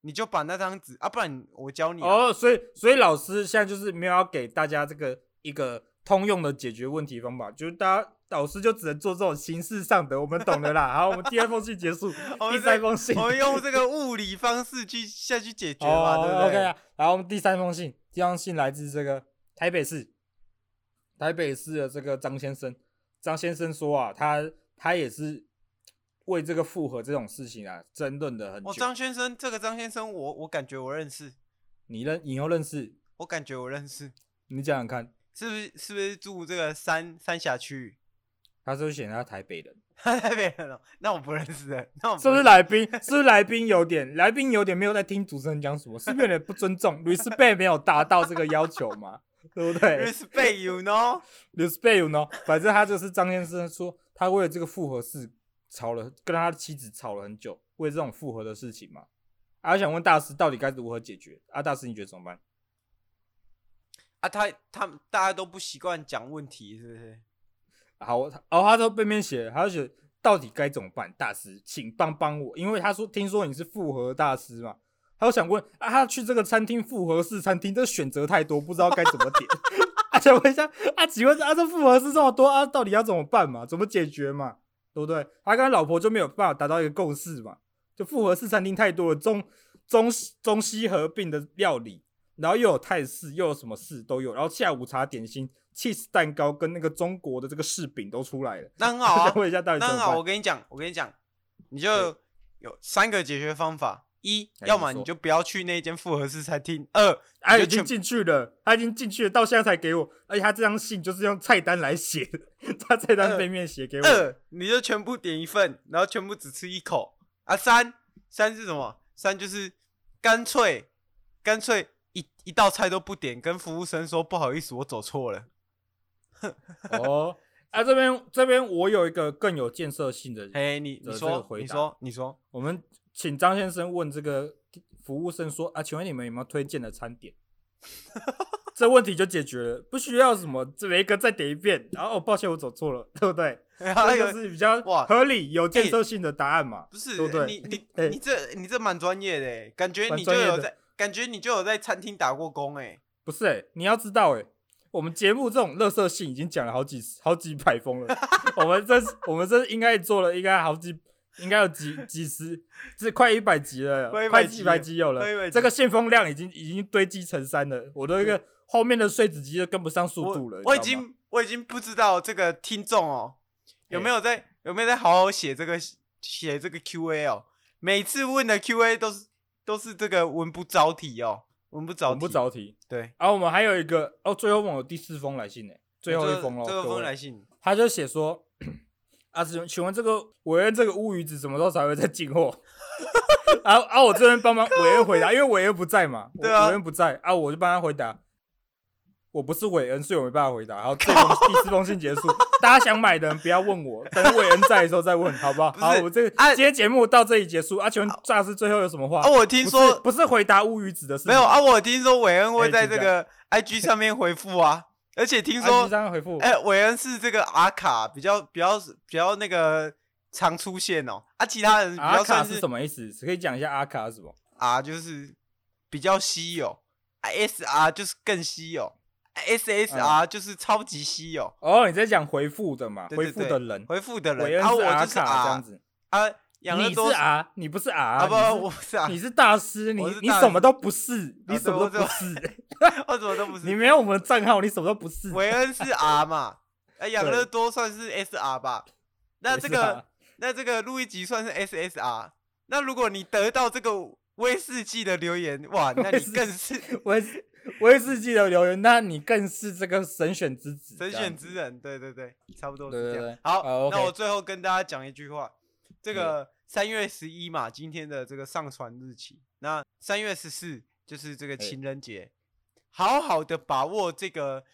Speaker 2: 你就把那张纸啊，不然我教你啊、
Speaker 1: 哦，所以所以老师现在就是没有要给大家这个一个通用的解决问题方法，就是大家老师就只能做这种形式上的，我们懂的啦。好，我们第二封信结束，
Speaker 2: 我
Speaker 1: 第
Speaker 2: 们
Speaker 1: 三封信，
Speaker 2: 我们用这个物理方式去下去解决嘛，对
Speaker 1: 哦
Speaker 2: 不
Speaker 1: OK
Speaker 2: 对？
Speaker 1: 啊，然后我们第三封信，第三封信来自这个台北市，台北市的这个张先生，张先生说啊，他他也是为这个复合这种事情啊争论的很久。
Speaker 2: 哦，张先生，这个张先生我，我感觉我认识，
Speaker 1: 你认你又认识，
Speaker 2: 我感觉我认识，
Speaker 1: 你讲讲看，
Speaker 2: 是不是是不是住这个三三峡区 域？
Speaker 1: 他是不是显他台北人。
Speaker 2: 台北人哦，那我不认识的，那我
Speaker 1: 是不是
Speaker 2: 认识
Speaker 1: 来宾？ 是不是来宾有点，来宾有点没有在听主持人讲什么，是不是有点不尊重 ？respect 没有达到这个要求嘛，对不对
Speaker 2: respect you know？
Speaker 1: ？respect 呢？反正他就是张先生说，他为了这个复合事吵了，跟他的妻子吵了很久，为了这种复合的事情嘛。啊，我想问大师，到底该如何解决？啊，大师你觉得怎么办？
Speaker 2: 啊，他他们大家都不习惯讲问题，是不是？
Speaker 1: 好，我哦，他都背面写了，他就写到底该怎么办？大师，请帮帮我，因为他说听说你是复合大师嘛，他就想问啊，他去这个餐厅复合式餐厅，这选择太多，不知道该怎么点。 啊，想问一下啊，请问啊，这复合式这么多啊，到底要怎么办嘛？怎么解决嘛？对不对？他跟他老婆就没有办法达到一个共识嘛，就复合式餐厅太多了，中中西中西合并的料理，然后又有泰式，又有什么式都有，然后下午茶点心、cheese 蛋糕跟那个中国的这个柿饼都出来了。
Speaker 2: 那很 好啊
Speaker 1: 想，问一下到底
Speaker 2: 那
Speaker 1: 怎
Speaker 2: 很
Speaker 1: 么
Speaker 2: 好。
Speaker 1: 办
Speaker 2: 我跟你讲，我跟你讲，你就有三个解决方法：一，
Speaker 1: 哎
Speaker 2: 要
Speaker 1: 你
Speaker 2: 么
Speaker 1: 说
Speaker 2: 你就不要去那间复合式餐厅；二，
Speaker 1: 他
Speaker 2: 你
Speaker 1: 已
Speaker 2: 就
Speaker 1: 经
Speaker 2: 全
Speaker 1: 进去了，他已经进去了，到现在才给我，而且他这张信就是用菜单来写的， 他菜
Speaker 2: 呃
Speaker 1: 单背面写给我。
Speaker 2: 二，你就全部点一份，然后全部只吃一口啊。三，三是什么？三就是干脆干脆一一道菜都不点，跟服务生说不好意思，我走错了。
Speaker 1: 哦，啊，这边这边我有一个更有建设性的，
Speaker 2: 哎，你
Speaker 1: 的
Speaker 2: 你
Speaker 1: 呃这个
Speaker 2: 说
Speaker 1: 回
Speaker 2: 你
Speaker 1: 答
Speaker 2: 说 你说，
Speaker 1: 我们请张先生问这个服务生说啊，请问你们有没有推荐的餐点？ 这问题就解决了，不需要什么这每一个再点一遍，然后、哦、抱歉我走错了，对不对？
Speaker 2: 然 后
Speaker 1: 这就是比较
Speaker 2: 哇哎
Speaker 1: 合理、有建设性的答案嘛，
Speaker 2: 不是
Speaker 1: 对不对？
Speaker 2: 你你、
Speaker 1: 哎
Speaker 2: 你这你这蛮专业的欸，感觉
Speaker 1: 蛮
Speaker 2: 你就
Speaker 1: 专业
Speaker 2: 有
Speaker 1: 的
Speaker 2: 在，感觉你就有在餐厅打过工哎。
Speaker 1: 不是、欸，你要知道、欸，我们节目这种乐色性已经讲了好几好几百封 了，我们这我们这应该做了应该好几，应该有几几十，这快一百集了，
Speaker 2: 快一百
Speaker 1: 快
Speaker 2: 集
Speaker 1: 几百
Speaker 2: 了
Speaker 1: 集有
Speaker 2: 快一百
Speaker 1: 了，
Speaker 2: 集
Speaker 1: 这个信封量已经已经堆积成山了，我的一个后面的碎纸机都跟不上速
Speaker 2: 我
Speaker 1: 度了，你
Speaker 2: 我已
Speaker 1: 知道吗
Speaker 2: 经我已经不知道这个听众哦有
Speaker 1: 哎
Speaker 2: 没有在有没有在好好写这个写这个 Q&A 哦，每次问的 Q&A 都是都是这个文不着题哦，文不着
Speaker 1: 我
Speaker 2: 题，
Speaker 1: 不着题，
Speaker 2: 对，
Speaker 1: 然后我们还有一个哦，最后我们有第四封来信呢、欸最后一封喽，
Speaker 2: 最后一
Speaker 1: 各
Speaker 2: 封
Speaker 1: 位
Speaker 2: 来信，
Speaker 1: 他就写说：“ 啊，请问请问这个委员这个乌鱼子什么时候才会再进货？” 啊啊！我这边帮忙委员回答，因为委员不在嘛，我
Speaker 2: 对啊
Speaker 1: 委员不在啊，我就帮他回答。我不是韦恩，所以我没办法回答。然后这封第四封信结束， 大家想买的人不要问我，等韦恩在的时候再问，好不好？
Speaker 2: 不是
Speaker 1: 好，我这个
Speaker 2: 啊
Speaker 1: 今天节目到这里结束啊。请问大师最后有什么话？
Speaker 2: 啊，我听
Speaker 1: 不是
Speaker 2: 说
Speaker 1: 不是回答乌鱼子的事情，
Speaker 2: 没有啊，我听说韦恩会
Speaker 1: 哎
Speaker 2: 在
Speaker 1: 请
Speaker 2: 这个 IG 上面回复啊，而且听
Speaker 1: 啊。
Speaker 2: 说
Speaker 1: 第三个回复，
Speaker 2: 哎、韦恩是这个阿卡比较比较比较那个常出现哦，啊，其他人比
Speaker 1: 阿卡
Speaker 2: 较算
Speaker 1: 是
Speaker 2: 是
Speaker 1: 什么意思？可以讲一下阿卡是什么？
Speaker 2: R 就是比较稀有、啊、，SR 就是更稀有、啊、，SSR
Speaker 1: 嗯
Speaker 2: 就是超级稀有。
Speaker 1: 哦，你在讲回复的嘛？
Speaker 2: 对对
Speaker 1: 回复的人，
Speaker 2: 回复的
Speaker 1: 韦恩
Speaker 2: 人，啊，
Speaker 1: 是
Speaker 2: 我
Speaker 1: 阿
Speaker 2: 就是
Speaker 1: 卡这样
Speaker 2: R
Speaker 1: 子。
Speaker 2: 啊，养乐
Speaker 1: 你
Speaker 2: 多
Speaker 1: 是 R，你不是 R，
Speaker 2: 啊不，
Speaker 1: 你是
Speaker 2: 我不是啊，
Speaker 1: 你是大师，你
Speaker 2: 我是
Speaker 1: 你
Speaker 2: 大
Speaker 1: 什么
Speaker 2: 师
Speaker 1: 都不是，你
Speaker 2: 啊
Speaker 1: 什
Speaker 2: 对
Speaker 1: 么
Speaker 2: 我
Speaker 1: 都
Speaker 2: 就
Speaker 1: 不是，
Speaker 2: 我哦怎么都不
Speaker 1: 你
Speaker 2: 是。
Speaker 1: 没有我们的账号，你什么都不是。
Speaker 2: 韦恩是 R 嘛？哎，养
Speaker 1: 对
Speaker 2: 乐多算是 SR 吧？那
Speaker 1: 也
Speaker 2: 这
Speaker 1: 是啊
Speaker 2: 个
Speaker 1: R
Speaker 2: 那这个路易吉算是 SSR。那如果你得到这个威士忌的留言，哇，那
Speaker 1: 威
Speaker 2: 你
Speaker 1: 士
Speaker 2: 更是
Speaker 1: 威士威士忌的留言，那你更是这个神选之子，
Speaker 2: 神
Speaker 1: 这样
Speaker 2: 选
Speaker 1: 子
Speaker 2: 之人，对对对，差不多
Speaker 1: 对
Speaker 2: 是
Speaker 1: 对
Speaker 2: 这
Speaker 1: 对
Speaker 2: 样。好
Speaker 1: 好，
Speaker 2: 那
Speaker 1: OK
Speaker 2: 我最后跟大家讲一句话，这个三月十一嘛，今天的这个上传日期，那三月十四就是这个
Speaker 1: 对
Speaker 2: 情人节，好好的把握这个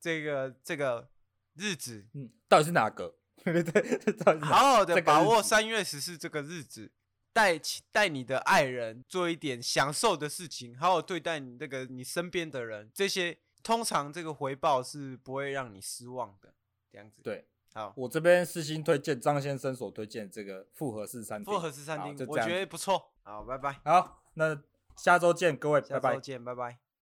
Speaker 2: 这个这个日子，
Speaker 1: 嗯，到底是哪个？ 对对，这到底是哪
Speaker 2: 好好的
Speaker 1: 嗯这个
Speaker 2: 把
Speaker 1: 日
Speaker 2: 握
Speaker 1: 子
Speaker 2: 三月十四这个日子，带起带你的爱人做一点享受的事情，好好对待你那个你身边的人，这些通常这个回报是不会让你失望的，这样子。
Speaker 1: 对，
Speaker 2: 好，
Speaker 1: 我这边私心推荐张先生所推荐这个复合式餐厅，
Speaker 2: 复合式餐
Speaker 1: 好
Speaker 2: 厅
Speaker 1: 就，
Speaker 2: 我
Speaker 1: 这样
Speaker 2: 觉得不错。好，拜拜，
Speaker 1: 好，那下周见各位，拜
Speaker 2: 下
Speaker 1: 拜
Speaker 2: 周。见，拜拜。